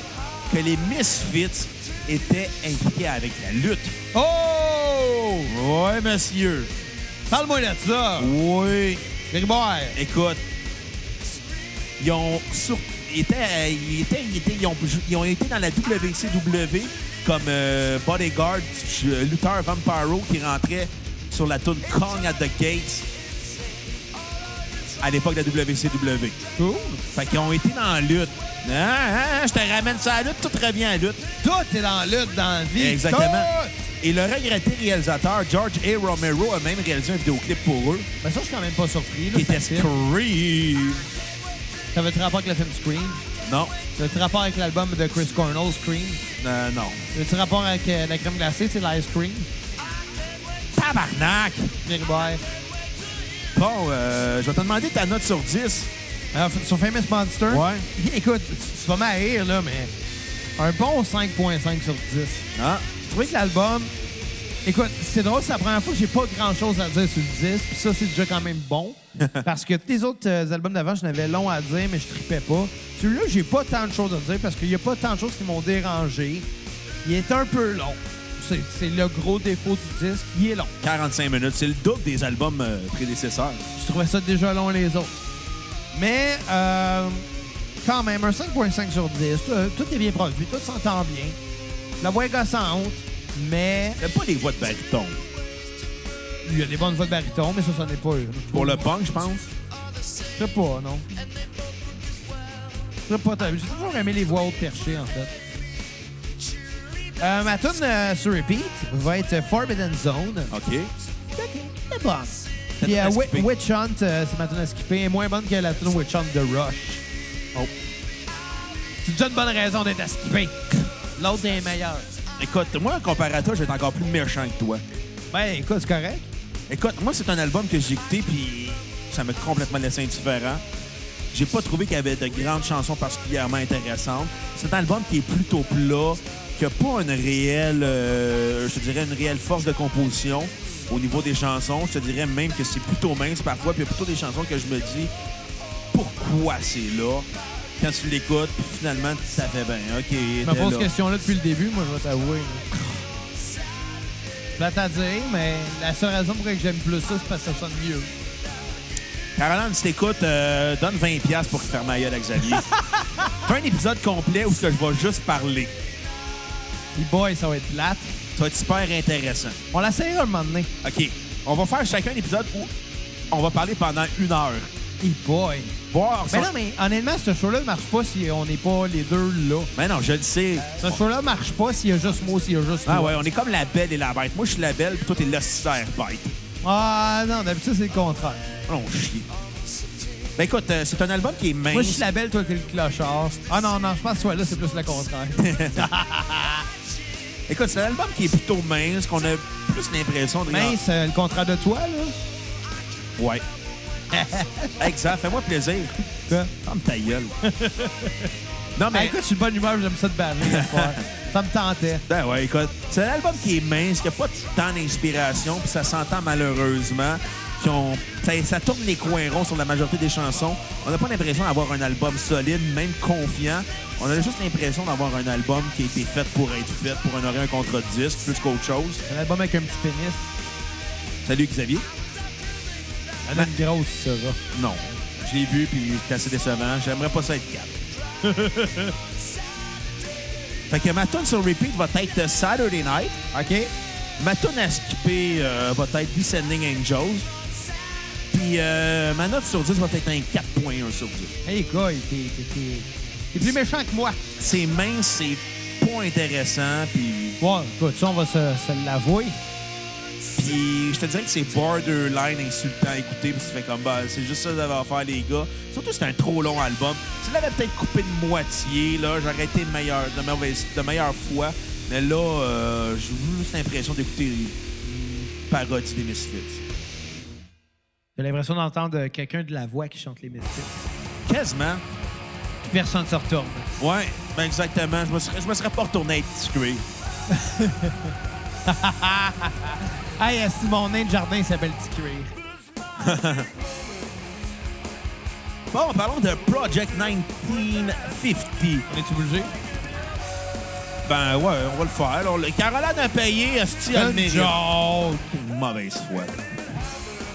[SPEAKER 1] Que les Misfits était impliqué avec la lutte.
[SPEAKER 3] Oh!
[SPEAKER 1] Oui, monsieur.
[SPEAKER 3] Parle-moi de
[SPEAKER 1] Ah.
[SPEAKER 3] ça!
[SPEAKER 1] Oui.
[SPEAKER 3] Gribert!
[SPEAKER 1] Écoute, ils ont sur- ils étaient, ils étaient- ils étaient- ils ont, ils ont été dans la WCW comme euh, bodyguard du euh, lutteur Vampiro qui rentrait sur la toune Kong at the Gates à l'époque de la WCW.
[SPEAKER 3] Cool!
[SPEAKER 1] Fait qu'ils ont été dans la lutte. Hein, hein, je te ramène ça à la lutte, tout revient à la lutte.
[SPEAKER 3] Tout est dans la lutte, dans la vie!
[SPEAKER 1] Exactement.
[SPEAKER 3] Tout!
[SPEAKER 1] Et le regretté réalisateur George A. Romero a même réalisé un vidéoclip pour eux
[SPEAKER 3] Mais ça, je suis quand même pas surpris. Là,
[SPEAKER 1] qui
[SPEAKER 3] c'est
[SPEAKER 1] était
[SPEAKER 3] un film.
[SPEAKER 1] Scream.
[SPEAKER 3] Ça avait rapport avec le film Scream?
[SPEAKER 1] Non,
[SPEAKER 3] Ça avait rapport avec l'album de Chris Cornell, Scream?
[SPEAKER 1] euh, non.
[SPEAKER 3] Ça avait rapport avec euh, la crème glacée, c'est l'ice cream?
[SPEAKER 1] Tabarnak!
[SPEAKER 3] Gribert!
[SPEAKER 1] Bon, euh, je vais te demander ta note sur 10.
[SPEAKER 3] Alors, f- sur Famous Monster?
[SPEAKER 1] Ouais.
[SPEAKER 3] Écoute, tu, tu vas m'haïr, là, mais un bon 5.5 sur 10.
[SPEAKER 1] Hein?
[SPEAKER 3] J'ai trouvé que l'album. Écoute, c'est drôle, c'est la première fois que j'ai pas grand chose à dire sur le 10, puis ça, c'est déjà quand même bon. parce que tous les autres euh, albums d'avant, j'en avais long à dire, mais je tripais pas. Celui-là, j'ai pas tant de choses à dire parce qu'il y a pas tant de choses qui m'ont dérangé. Il est un peu long. C'est c'est le gros défaut du disque. Il est long.
[SPEAKER 1] 45 minutes. C'est le double des albums euh, prédécesseurs.
[SPEAKER 3] Je trouvais ça déjà long, les autres. Mais, euh, quand même, un 5.5 sur 10. Tout, tout est bien produit, tout s'entend bien. La voix est gossante, mais
[SPEAKER 1] J'aime pas les voix de baryton.
[SPEAKER 3] il y a des bonnes voix de baryton, mais ça, ça n'est pas une.
[SPEAKER 1] Pour le punk, je pense.
[SPEAKER 3] Je sais pas, non. Je sais pas, t'as- j'ai toujours aimé les voix hautes perchées, en fait. Euh, ma tune euh, sur repeat va être Forbidden Zone.
[SPEAKER 1] OK.
[SPEAKER 3] C'est bon. Puis
[SPEAKER 1] tune
[SPEAKER 3] euh,
[SPEAKER 1] à
[SPEAKER 3] Wi-
[SPEAKER 1] skipper.
[SPEAKER 3] Witch Hunt, euh, c'est ma tune à skipper, est moins bonne que la tune Witch Hunt de Rush.
[SPEAKER 1] Oh.
[SPEAKER 3] C'est déjà une bonne raison d'être à skipper. L'autre est meilleur.
[SPEAKER 1] Écoute, moi, comparé à toi, je vais être encore plus méchant que toi.
[SPEAKER 3] Ben, écoute, c'est correct.
[SPEAKER 1] Écoute, moi, c'est un album que j'ai écouté, puis ça m'a complètement laissé indifférent. J'ai pas trouvé qu'il y avait de grandes chansons particulièrement intéressantes. C'est un album qui est plutôt plat, qui a pas une réelle, euh, je te dirais, une réelle force de composition au niveau des chansons. Je te dirais même que c'est plutôt mince parfois, puis il y a plutôt des chansons que je me dis pourquoi c'est là. Quand tu l'écoutes, puis finalement, ça fait bien. OK,
[SPEAKER 3] Je
[SPEAKER 1] était
[SPEAKER 3] me pose
[SPEAKER 1] là.
[SPEAKER 3] cette question-là depuis le début, moi, je vais t'avouer. là. Plate à dire, mais la seule raison pour laquelle j'aime plus ça, c'est parce que ça sonne mieux.
[SPEAKER 1] Caroline, si t'écoutes, euh, donne 20$ piastres pour qu'il ferme ma gueule à Xavier. Fais un épisode complet où ce que je vais juste parler.
[SPEAKER 3] Et boy, ça va être plate.
[SPEAKER 1] Ça va être super intéressant.
[SPEAKER 3] On l'essayera un moment donné.
[SPEAKER 1] OK. On va faire chacun un épisode où on va parler pendant une heure.
[SPEAKER 3] Et boy.
[SPEAKER 1] Voir.
[SPEAKER 3] Mais Ben non, mais honnêtement, ce show-là marche pas si on n'est pas les deux là.
[SPEAKER 1] Mais Ben non, je le sais.
[SPEAKER 3] Ce show-là marche pas s'il y a juste moi, s'il y a juste
[SPEAKER 1] Ah
[SPEAKER 3] toi.
[SPEAKER 1] ouais, on est comme la belle et la bête. Moi, je suis la belle, puis toi, t'es l'hostile bête.
[SPEAKER 3] Ah non, d'habitude, c'est le contraire.
[SPEAKER 1] Non, chie. Ben écoute, euh, c'est un album qui est mince.
[SPEAKER 3] Moi, je suis la belle, toi, t'es le clochard. Ah non, non, je pense que toi, là, c'est plus le contraire.
[SPEAKER 1] Écoute, c'est un album qui est plutôt mince, qu'on a plus l'impression de...
[SPEAKER 3] Mince, euh, le contraire de toi, là.
[SPEAKER 1] Ouais. exact. Fais-moi plaisir.
[SPEAKER 3] Quoi?
[SPEAKER 1] Ferme ta gueule. non,
[SPEAKER 3] Ah,
[SPEAKER 1] mais...
[SPEAKER 3] écoute, je suis de bonne humeur, j'aime ça de barrer. ce soir. ça me tentait.
[SPEAKER 1] Ben ouais, écoute, c'est un album qui est mince, qui n'a pas tant d'inspiration, puis ça s'entend malheureusement. Qui ont- ça, ça tourne les coins ronds sur la majorité des chansons. On n'a pas l'impression d'avoir un album solide, même confiant. On a juste l'impression d'avoir un album qui a été fait pour être fait, pour honorer un contrat de disque, plus qu'autre chose.
[SPEAKER 3] Un album avec un petit pénis.
[SPEAKER 1] Salut Xavier.
[SPEAKER 3] Elle a une grosse, ça va.
[SPEAKER 1] Non. Je l'ai vu, puis c'est assez décevant. J'aimerais pas ça être 4. fait que ma tune sur repeat va être Saturday Night.
[SPEAKER 3] OK.
[SPEAKER 1] Ma tune à skipper euh, va être Descending Angels. Puis euh, ma note sur 10 va être un 4.1 sur 10.
[SPEAKER 3] Hey, gars, t'es- t'es t'es- t'es plus méchant que moi.
[SPEAKER 1] C'est mince, c'est pas intéressant. Puis,
[SPEAKER 3] Ouais, écoute, ça, on va se, se l'avouer.
[SPEAKER 1] puis je te dirais que c'est borderline insultant à écouter. Puis tu fais comme, bah, c'est juste ça que j'avais à faire, les gars. Surtout, c'est un trop long album. Si je l'avais peut-être coupé de moitié, là, j'aurais été de meilleure, de mauvaise- de meilleure foi. Mais là, euh, j'ai eu juste l'impression d'écouter une parodie des Misfits.
[SPEAKER 3] J'ai l'impression d'entendre euh, quelqu'un de la voix qui chante les Misfits.
[SPEAKER 1] Quasiment.
[SPEAKER 3] Personne ne se retourne.
[SPEAKER 1] Ouais, ben exactement. Je me serais, je me serais pas retourné être tué.
[SPEAKER 3] Hey, euh, si mon nain de jardin s'appelle Ticuir.
[SPEAKER 1] Bon, parlons de Project 1950.
[SPEAKER 3] On est obligé?
[SPEAKER 1] Ben ouais, on va le faire. Alors, le- Caroline a payé, Esti a le
[SPEAKER 3] Une
[SPEAKER 1] mérite. Mauvaise foi.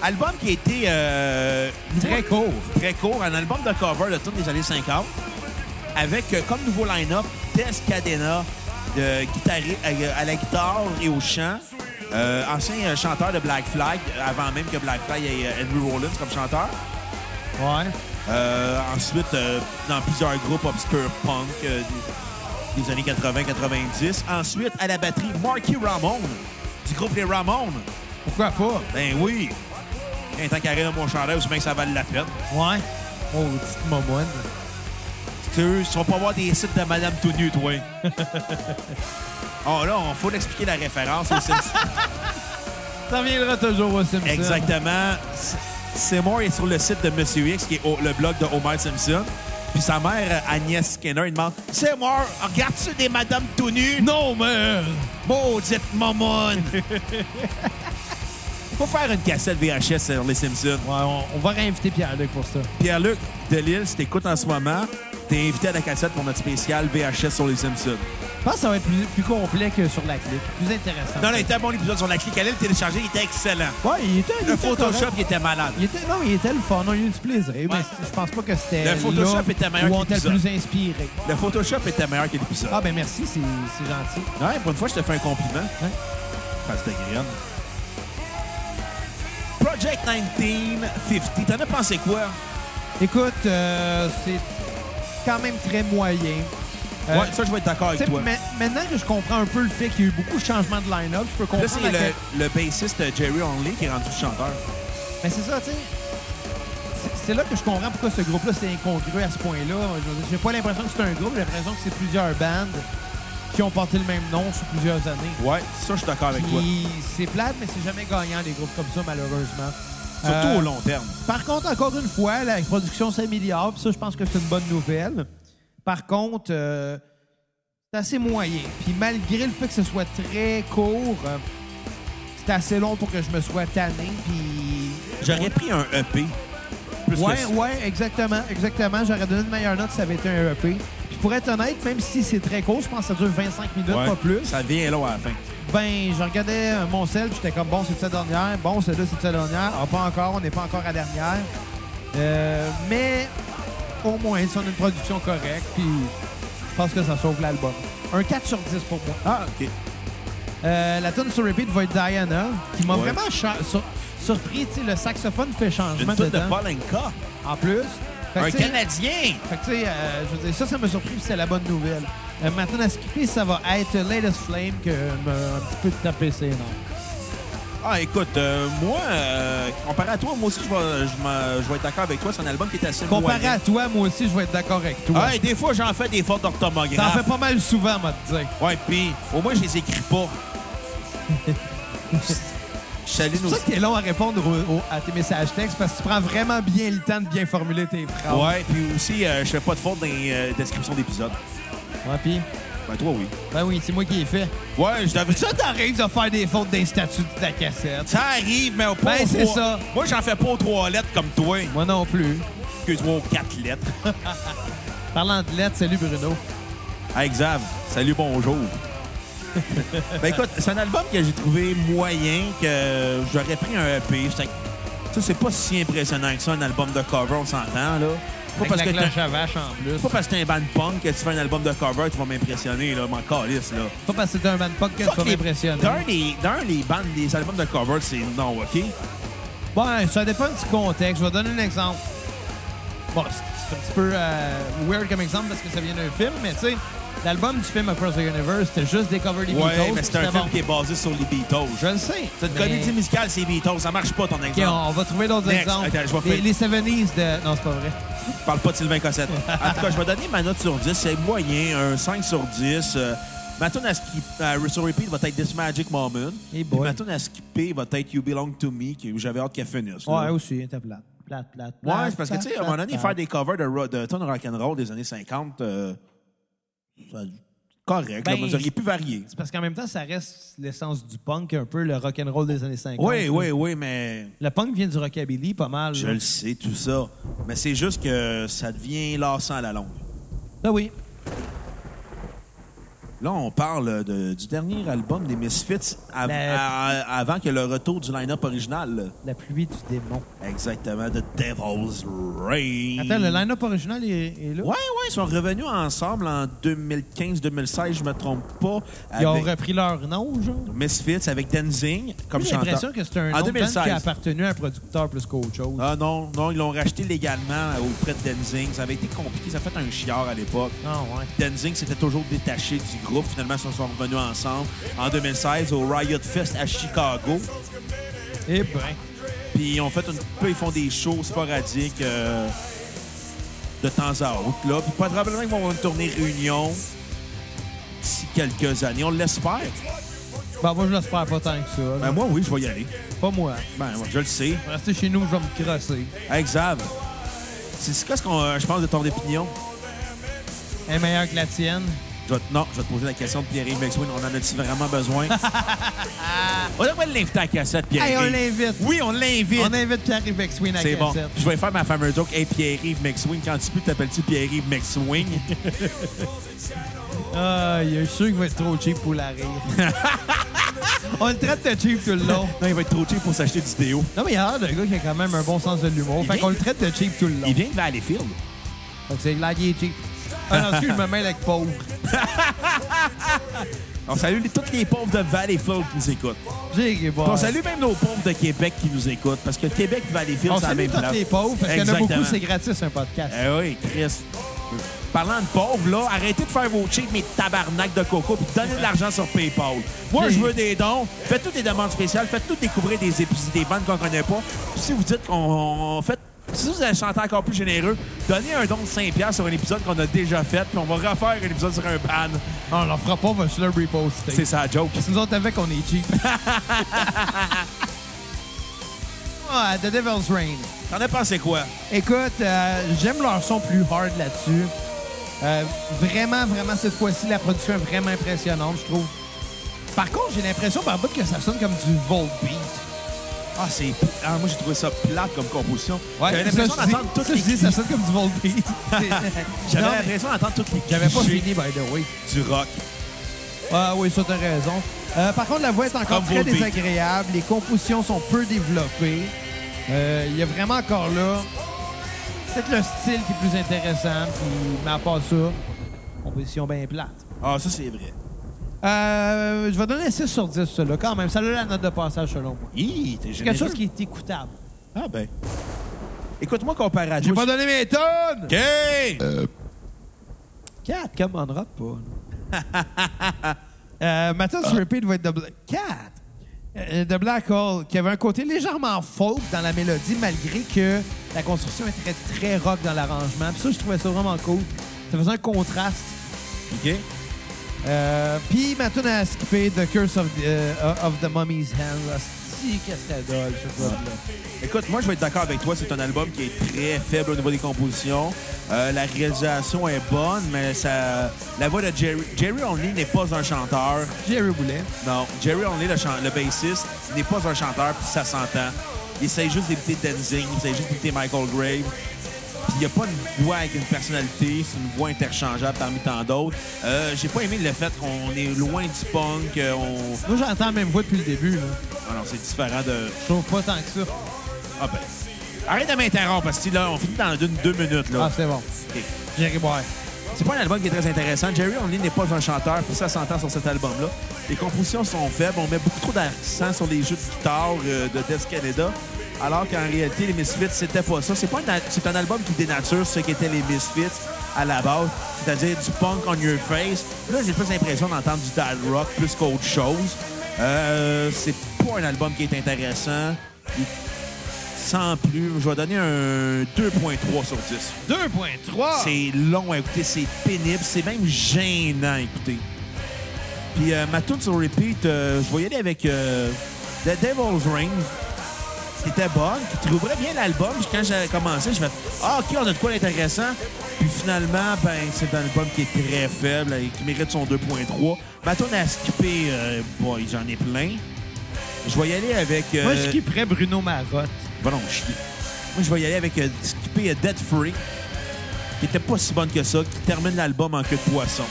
[SPEAKER 1] Album qui a été euh,
[SPEAKER 3] Très court.
[SPEAKER 1] très court, un album de cover de toutes les années 50, avec euh, comme nouveau line-up Tess Cadena de guitari- euh, à- à la guitare et au chant, euh, ancien euh, chanteur de Black Flag, euh, avant même que Black Flag ait euh, Andrew Rollins comme chanteur.
[SPEAKER 3] Ouais.
[SPEAKER 1] Euh, ensuite, euh, dans plusieurs groupes obscurs punk euh, des- des années 80-90. Ensuite, à la batterie, Marky Ramone, du groupe Les Ramones.
[SPEAKER 3] Pourquoi pas?
[SPEAKER 1] Ben oui! Un tant qu'à rire dans mon chandail, aussi bien que ça vale la peine.
[SPEAKER 3] Ouais. Oh, petite momoine.
[SPEAKER 1] Eux, ils vont pas voir des sites de Madame tout nue, toi. oh là, on faut l'expliquer la référence. aux Simpsons.
[SPEAKER 3] Ça viendra toujours au Simpson.
[SPEAKER 1] Exactement. S- Seymour est sur le site de Monsieur X, qui est au- le blog de Homer Simpson. Puis sa mère, Agnès Skinner, il demande Seymour, regardes-tu des Madame tout nues?
[SPEAKER 3] Non, mais...
[SPEAKER 1] Maudite mamonne! faut faire une cassette VHS sur les Simpsons.
[SPEAKER 3] Ouais, on, on va réinviter Pierre-Luc pour ça.
[SPEAKER 1] Pierre-Luc Delisle, si t'écoutes en ce moment, t'es invité à la cassette pour notre spécial VHS sur les Simpsons.
[SPEAKER 3] Je pense que ça va être plus, plus complet que sur la clique. Plus intéressant.
[SPEAKER 1] Non, non, il était un bon épisode. On a cliqué à le télécharger, il était excellent.
[SPEAKER 3] Ouais, il était... il
[SPEAKER 1] Le
[SPEAKER 3] était
[SPEAKER 1] Photoshop
[SPEAKER 3] correct.
[SPEAKER 1] il était malade.
[SPEAKER 3] Il était, non, il était le fun. Non, il y a eu du plaisir. Mais je pense pas que c'était
[SPEAKER 1] Le Photoshop
[SPEAKER 3] là
[SPEAKER 1] était meilleur
[SPEAKER 3] où
[SPEAKER 1] que
[SPEAKER 3] on était le
[SPEAKER 1] l'épisode.
[SPEAKER 3] plus inspiré.
[SPEAKER 1] Le Photoshop était meilleur que l'épisode.
[SPEAKER 3] Ah, ben merci, c'est c'est gentil.
[SPEAKER 1] Ah, Ouais, pour une fois, je te fais un compliment.
[SPEAKER 3] Ouais.
[SPEAKER 1] Parce que c'était green. Project 1950, t'en as pensé quoi?
[SPEAKER 3] Écoute, euh, c'est quand même très moyen. Euh,
[SPEAKER 1] ouais, ça, je vais être d'accord
[SPEAKER 3] tu
[SPEAKER 1] avec
[SPEAKER 3] sais,
[SPEAKER 1] toi.
[SPEAKER 3] ma- maintenant que je comprends un peu le fait qu'il y a eu beaucoup de changements de line-up, je peux comprendre.
[SPEAKER 1] Là, c'est
[SPEAKER 3] à
[SPEAKER 1] le,
[SPEAKER 3] quel-
[SPEAKER 1] le bassiste euh, Jerry Only qui est rendu chanteur.
[SPEAKER 3] Mais c'est ça, tu sais. c'est- C'est là que je comprends pourquoi ce groupe-là, c'est incongru à ce point-là. Je veux dire, J'ai pas l'impression que c'est un groupe, j'ai l'impression que c'est plusieurs bandes qui ont porté le même nom sur plusieurs années.
[SPEAKER 1] Ouais, ça, je suis d'accord avec toi.
[SPEAKER 3] Puis c'est plate, mais c'est jamais gagnant, des groupes comme ça, malheureusement.
[SPEAKER 1] Surtout
[SPEAKER 3] Euh,
[SPEAKER 1] au long terme.
[SPEAKER 3] Par contre, encore une fois, la production s'améliore, puis ça, je pense que c'est une bonne nouvelle. Par contre, euh, c'est assez moyen. Puis malgré le fait que ce soit très court, euh, c'est assez long pour que je me sois tanné, puis...
[SPEAKER 1] J'aurais pris un EP. Plus que
[SPEAKER 3] Ouais,
[SPEAKER 1] ça.
[SPEAKER 3] ouais, exactement, exactement. J'aurais donné une meilleure note si ça avait été un EP. Puis pour être honnête, même si c'est très court, je pense que ça dure 25 minutes,
[SPEAKER 1] Ouais.
[SPEAKER 3] pas plus.
[SPEAKER 1] Ça vient long à la fin.
[SPEAKER 3] Ben, je regardais euh, mon sel, puis j'étais comme, bon, c'est de sa dernière, bon, celle-là, c'est de sa dernière. Ah, pas encore, on n'est pas encore à la dernière. Euh, mais au moins, si on a une production correcte, puis je pense que ça sauve l'album. Un 4 sur 10 pour moi.
[SPEAKER 1] Ah, OK.
[SPEAKER 3] Euh, la tune sur repeat va être Diana, qui m'a
[SPEAKER 1] Ouais.
[SPEAKER 3] vraiment cha- sur- surpris. Tu sais, le saxophone fait changement
[SPEAKER 1] Une toute de
[SPEAKER 3] dedans.
[SPEAKER 1] Paul Anka.
[SPEAKER 3] En plus. Fait que,
[SPEAKER 1] Un
[SPEAKER 3] tu sais,
[SPEAKER 1] Canadien.
[SPEAKER 3] fait que, tu sais, euh, je veux dire, ça, ça m'a surpris, puis c'est la bonne nouvelle. Euh, maintenant, à skipper, ça va être Latest Flame, que euh, m'a un petit peu tapé c'est énorme.
[SPEAKER 1] Ah, écoute, euh, moi, euh, comparé à toi, moi aussi, je vais, je m'en- je vais être d'accord avec toi. C'est un album qui est assez
[SPEAKER 3] Comparé
[SPEAKER 1] moyen.
[SPEAKER 3] à toi, moi aussi, je vais être d'accord avec toi.
[SPEAKER 1] Ah, et des fois, j'en fais des fautes
[SPEAKER 3] T'en
[SPEAKER 1] d'orthographe.
[SPEAKER 3] fais pas mal souvent, moi, te dire.
[SPEAKER 1] Ouais, puis au moins, je les écris pas. Je salue
[SPEAKER 3] C'est
[SPEAKER 1] nos...
[SPEAKER 3] pour ça que t'es long à répondre au- au- à tes messages textes, parce que tu prends vraiment bien le temps de bien formuler tes phrases.
[SPEAKER 1] Ouais, puis aussi, euh, je fais pas de fautes dans les euh, descriptions d'épisodes.
[SPEAKER 3] Ouais, pis,
[SPEAKER 1] Ben, toi, oui.
[SPEAKER 3] ben oui, c'est moi qui ai fait.
[SPEAKER 1] Ouais, je devrais...
[SPEAKER 3] Ça, t'arrives de faire des fautes d'un statut de ta cassette.
[SPEAKER 1] Ça arrive, mais pas
[SPEAKER 3] Ben,
[SPEAKER 1] aux
[SPEAKER 3] c'est
[SPEAKER 1] trois-
[SPEAKER 3] ça.
[SPEAKER 1] Moi, j'en fais pas aux trois lettres comme toi.
[SPEAKER 3] Moi non plus.
[SPEAKER 1] Que trois ou quatre lettres.
[SPEAKER 3] Parlant de lettres, salut Bruno.
[SPEAKER 1] Hey Xav, salut, bonjour. ben écoute, c'est un album que j'ai trouvé moyen, que j'aurais pris un EP. Fait que Ça, c'est pas si impressionnant que ça, un album de cover, on s'entend, là. Pas parce, que t'es-
[SPEAKER 3] à vache en plus.
[SPEAKER 1] pas parce que t'es un band punk que tu fais un album de cover, tu vas m'impressionner, là, mon calice, là.
[SPEAKER 3] Pas parce que t'es un man punk que tu
[SPEAKER 1] Fuck
[SPEAKER 3] vas
[SPEAKER 1] les-
[SPEAKER 3] m'impressionner.
[SPEAKER 1] D'un des, d'un des bands, des albums de cover, c'est non, OK?
[SPEAKER 3] Bon, ça dépend du contexte. Je vais donner un exemple. Bon, c'est c'est un petit peu euh, weird comme exemple parce que ça vient d'un film, mais tu sais, l'album du film Across the Universe, c'était juste des covers des Beatles.
[SPEAKER 1] Ouais, mais
[SPEAKER 3] puis
[SPEAKER 1] c'est un
[SPEAKER 3] c'était
[SPEAKER 1] film
[SPEAKER 3] bon.
[SPEAKER 1] qui est basé sur les Beatles.
[SPEAKER 3] Je le sais.
[SPEAKER 1] C'est une
[SPEAKER 3] mais-
[SPEAKER 1] comédie musicale, c'est Beatles. Ça marche pas, ton
[SPEAKER 3] OK,
[SPEAKER 1] exemple.
[SPEAKER 3] on va trouver d'autres
[SPEAKER 1] Next.
[SPEAKER 3] exemples.
[SPEAKER 1] Attends, je vais
[SPEAKER 3] les,
[SPEAKER 1] faire-
[SPEAKER 3] les 70s de... Non, c'est pas vrai.
[SPEAKER 1] parle pas de Sylvain Cossette. En tout cas, je vais donner ma note sur 10. C'est moyen, un 5 sur 10. Euh, ma tune à, skip, à re- sur repeat va être This Magic Moment.
[SPEAKER 3] Eh boy.
[SPEAKER 1] Puis ma tune à skipper va être You Belong to Me, que j'avais hâte qu'elle finisse. là.
[SPEAKER 3] Ouais, aussi, t'es plate. Plate, plate, plate.
[SPEAKER 1] Ouais, c'est parce que, tu sais, à un moment donné, faire des covers de, ro- de tunes rock'n'roll des années 50, euh, ça- correct. là,
[SPEAKER 3] Ben,
[SPEAKER 1] mais vous auriez pu varier.
[SPEAKER 3] C'est parce qu'en même temps, ça reste l'essence du punk, un peu le rock'n'roll des années 50.
[SPEAKER 1] Oui, oui, oui, mais
[SPEAKER 3] Le punk vient du rockabilly, pas mal.
[SPEAKER 1] je
[SPEAKER 3] là.
[SPEAKER 1] le sais, tout ça. Mais c'est juste
[SPEAKER 3] Ah
[SPEAKER 1] que ça devient lassant à la longue.
[SPEAKER 3] Ben oui.
[SPEAKER 1] Là, on parle de- du dernier album des Misfits av-
[SPEAKER 3] La-
[SPEAKER 1] à- avant que le retour du line-up original.
[SPEAKER 3] La pluie du démon.
[SPEAKER 1] là. Exactement, The Devil's Rain.
[SPEAKER 3] Attends, le line-up original est, est là?
[SPEAKER 1] Ouais, ouais, ils sont revenus ensemble en 2015-2016, je me trompe pas.
[SPEAKER 3] Ils ont
[SPEAKER 1] avec
[SPEAKER 3] repris leur nom, genre?
[SPEAKER 1] Misfits avec Danzig comme
[SPEAKER 3] J'ai l'impression
[SPEAKER 1] chanteur.
[SPEAKER 3] que c'est un
[SPEAKER 1] En
[SPEAKER 3] nom de band
[SPEAKER 1] 2016.
[SPEAKER 3] qui a appartenu à un producteur plus qu'autre chose.
[SPEAKER 1] Ah non, non, ils l'ont racheté légalement auprès de Danzig. Ça avait été compliqué, ça a fait un chiard à l'époque.
[SPEAKER 3] Ah, ouais.
[SPEAKER 1] Danzig s'était toujours détaché du groupe. Finalement, ils se sont revenus ensemble en 2016 au Riot Fest à Chicago.
[SPEAKER 3] Eh ben,
[SPEAKER 1] Puis ils ont fait une peu, ils font des shows sporadiques euh, de temps à autre. Là. Puis probablement qu'ils vont avoir une tournée réunion d'ici quelques années. On l'espère.
[SPEAKER 3] ben moi, je l'espère pas tant que ça. là.
[SPEAKER 1] Ben moi, oui, je vais y aller.
[SPEAKER 3] Pas moi.
[SPEAKER 1] Ben, moi, je le sais.
[SPEAKER 3] Je vais Rester chez nous, je vais me crosser.
[SPEAKER 1] Hey, Xav, c'est c'est quoi ce qu'on, euh, je pense, de ton opinion?
[SPEAKER 3] Elle est meilleure que la tienne.
[SPEAKER 1] Je vais te- non, je vais te poser la question de Pierre-Yves McSween. On en a-tu vraiment besoin? on devrait l'inviter à la cassette,
[SPEAKER 3] Hey,
[SPEAKER 1] Pierre-Yves.
[SPEAKER 3] on l'invite.
[SPEAKER 1] Oui, on l'invite.
[SPEAKER 3] On invite Pierre-Yves Bexwin à
[SPEAKER 1] C'est bon.
[SPEAKER 3] cassette.
[SPEAKER 1] Je vais faire ma fameuse joke. Hey, Pierre-Yves McSwing, quand tu peux, t'appelles-tu Pierre-Yves McSwing?
[SPEAKER 3] Aïe, je suis sûr qu'il va être trop cheap pour la rire. On le traite de cheap tout le long.
[SPEAKER 1] non, il va être trop cheap pour s'acheter du déo.
[SPEAKER 3] Non, mais il y a l'air d'un gars qui a quand même un bon sens de l'humour.
[SPEAKER 1] Il
[SPEAKER 3] Fait
[SPEAKER 1] vient-
[SPEAKER 3] qu'on le traite de cheap tout le long.
[SPEAKER 1] Il vient de Valleyfield.
[SPEAKER 3] Fait que c'est là qu'il est cheap. Ah non, excuse, je me mêle avec pauvre.
[SPEAKER 1] On salue les- tous les pauvres de Valleyfield qui nous écoutent.
[SPEAKER 3] J'ai les boys.
[SPEAKER 1] Puis On salue même nos pauvres de Québec qui nous écoutent. Parce que Québec et Valleyfield,
[SPEAKER 3] On
[SPEAKER 1] c'est la
[SPEAKER 3] salue
[SPEAKER 1] même
[SPEAKER 3] tous
[SPEAKER 1] place.
[SPEAKER 3] les pauvres parce qu'il y en a beaucoup,
[SPEAKER 1] Exactement.
[SPEAKER 3] c'est gratis un podcast.
[SPEAKER 1] Eh oui, Chris. Parlant de pauvres, là, arrêtez de faire vos cheats, mes tabarnak de coco, puis donnez de l'argent sur PayPal. Moi, je veux des dons. Faites toutes des demandes spéciales. Faites tout découvrir des épisodes des bandes qu'on connaît pas. Puis si vous dites qu'on on fait... Si vous avez chanté encore plus généreux, donnez un don de 5$ sur un épisode qu'on a déjà fait, puis on va refaire un épisode sur un ban.
[SPEAKER 3] On leur fera pas, on va juste le reposter.
[SPEAKER 1] C'est ça, la joke.
[SPEAKER 3] Parce que nous autres avec, on est cheap. Ah, The Devil's Rain.
[SPEAKER 1] T'en as pensé quoi?
[SPEAKER 3] Écoute, euh, j'aime leur son plus hard là-dessus. Euh, vraiment, vraiment, cette fois-ci, la production est vraiment impressionnante, je trouve. Par contre, j'ai l'impression par bout que ça sonne comme du Volbeat.
[SPEAKER 1] Ah, c'est... Ah, moi, j'ai trouvé ça plate comme composition. J'avais
[SPEAKER 3] c'est
[SPEAKER 1] l'impression
[SPEAKER 3] ça, je dis-
[SPEAKER 1] d'entendre toutes
[SPEAKER 3] ça,
[SPEAKER 1] les...
[SPEAKER 3] je dis, ça sonne comme du Volbeat.
[SPEAKER 1] J'avais
[SPEAKER 3] Non, mais
[SPEAKER 1] l'impression d'entendre toutes les
[SPEAKER 3] J'avais pas
[SPEAKER 1] clichés
[SPEAKER 3] fini, by the way.
[SPEAKER 1] du rock.
[SPEAKER 3] Ah oui, ça, t'as raison. Euh, par contre, la voix est encore
[SPEAKER 1] Comme
[SPEAKER 3] très
[SPEAKER 1] Volbeat.
[SPEAKER 3] désagréable. Les compositions sont peu développées. Euh, Il y a vraiment encore là... Peut-être le style qui est plus intéressant, puis, mais à part ça, composition bien plate.
[SPEAKER 1] Ah, ça, c'est vrai.
[SPEAKER 3] Euh, je vais donner un 6 sur 10, ça, là, quand même. Ça a la note de passage, selon moi.
[SPEAKER 1] Hi, t'es généreux.
[SPEAKER 3] Quelque chose qui est écoutable.
[SPEAKER 1] Ah ben. Écoute-moi comparé à
[SPEAKER 3] J'ai pas donné mes tonnes!
[SPEAKER 1] OK! Euh.
[SPEAKER 3] 4, comme on rate pas. là. euh, Matthias Repeat va être de... 4! De Black Hole, qui avait un côté légèrement folk dans la mélodie, malgré que la construction est très, très rock dans l'arrangement. Puis ça, je trouvais ça vraiment cool. Ça faisait un contraste.
[SPEAKER 1] OK.
[SPEAKER 3] Euh, Puis ma tune à skipper, The Curse of the, euh, of the Mummy's Hand. là. Si, qu'est-ce que c'était dole, ce là
[SPEAKER 1] Écoute, moi, je vais être d'accord avec toi. C'est un album qui est très faible au niveau des compositions. Euh, la réalisation est bonne, mais ça... La voix de Jerry... Jerry Only n'est pas un chanteur.
[SPEAKER 3] Jerry Boulet.
[SPEAKER 1] Non. Jerry Only, le, chan- le bassiste, n'est pas un chanteur, puis ça s'entend. Il essaye juste d'éviter Denzing, il essaye juste d'éviter Michael Grave. Puis il n'y a pas une voix avec une personnalité, c'est une voix interchangeable parmi tant d'autres. Euh, J'ai pas aimé le fait qu'on est loin du punk, euh, on...
[SPEAKER 3] Moi, j'entends la même voix depuis le début. Là.
[SPEAKER 1] Ah non, c'est différent de...
[SPEAKER 3] Je trouve pas tant que ça.
[SPEAKER 1] Ah ben... Arrête de m'interrompre, parce que là, on finit dans une, deux minutes, là.
[SPEAKER 3] Ah, c'est bon.
[SPEAKER 1] Ok.
[SPEAKER 3] Jerry Boy.
[SPEAKER 1] C'est pas un album qui est très intéressant. Jerry Only n'est pas un chanteur, puis ça s'entend sur cet album-là. Les compositions sont faibles, on met beaucoup trop d'accent sur les jeux de guitare euh, de Death Canada, alors qu'en réalité, les Misfits, c'était pas ça. C'est pas un, al- c'est un album qui dénature ce qu'étaient les Misfits à la base, c'est-à-dire du punk on your face. Là, j'ai plus l'impression d'entendre du dad rock plus qu'autre chose. Euh, c'est pas un album qui est intéressant. Il- Sans plus, je vais donner un 2.3 sur 10.
[SPEAKER 3] 2.3!
[SPEAKER 1] C'est long à écouter, c'est pénible, c'est même gênant à écouter. Puis euh, ma tune sur repeat, euh, je voyais aller avec euh, The Devil's Ring. C'était bonne, tu trouverais bien l'album. Puis Quand j'ai commencé, je me Ah, ok, on a de quoi d'intéressant. Puis finalement, ben, c'est un album qui est très faible et qui mérite son 2.3. Ma tune à skipper, euh, boy, j'en ai plein. Je vais y aller avec. euh,
[SPEAKER 3] Moi, je skipperais Bruno Marotte.
[SPEAKER 1] Va donc chier. Moi, je vais y aller avec euh, skipper euh, Dead Free, qui était pas si bonne que ça, qui termine l'album en queue de poisson.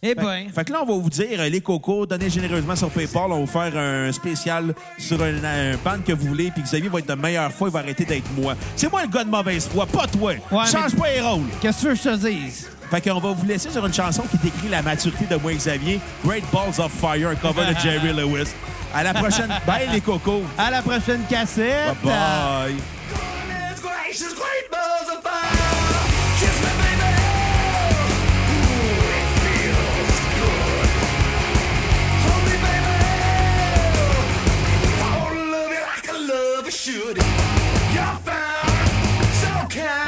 [SPEAKER 3] Eh
[SPEAKER 1] Fait-
[SPEAKER 3] ben.
[SPEAKER 1] Fait que là, on va vous dire, euh, les cocos, donnez généreusement sur PayPal. On va vous faire un spécial sur un, un band que vous voulez. Puis Xavier va être de meilleure foi. Il va arrêter d'être moi. C'est moi le gars de mauvaise foi, pas toi.
[SPEAKER 3] mais-
[SPEAKER 1] Change pas les rôles.
[SPEAKER 3] Qu'est-ce que je te dise?
[SPEAKER 1] Fait qu'on va vous laisser sur une chanson qui décrit la maturité de moi et Xavier. Great Balls of Fire, un cover de Jerry Lewis. À la prochaine. Bye, les cocos.
[SPEAKER 3] À la prochaine cassette!
[SPEAKER 1] Bye-bye.
[SPEAKER 2] Goodness gracious, great balls of fire. Kiss me, baby. Ooh, it feels good. Hold me, baby. I wanna love you like I love I should. You're fine, so kind.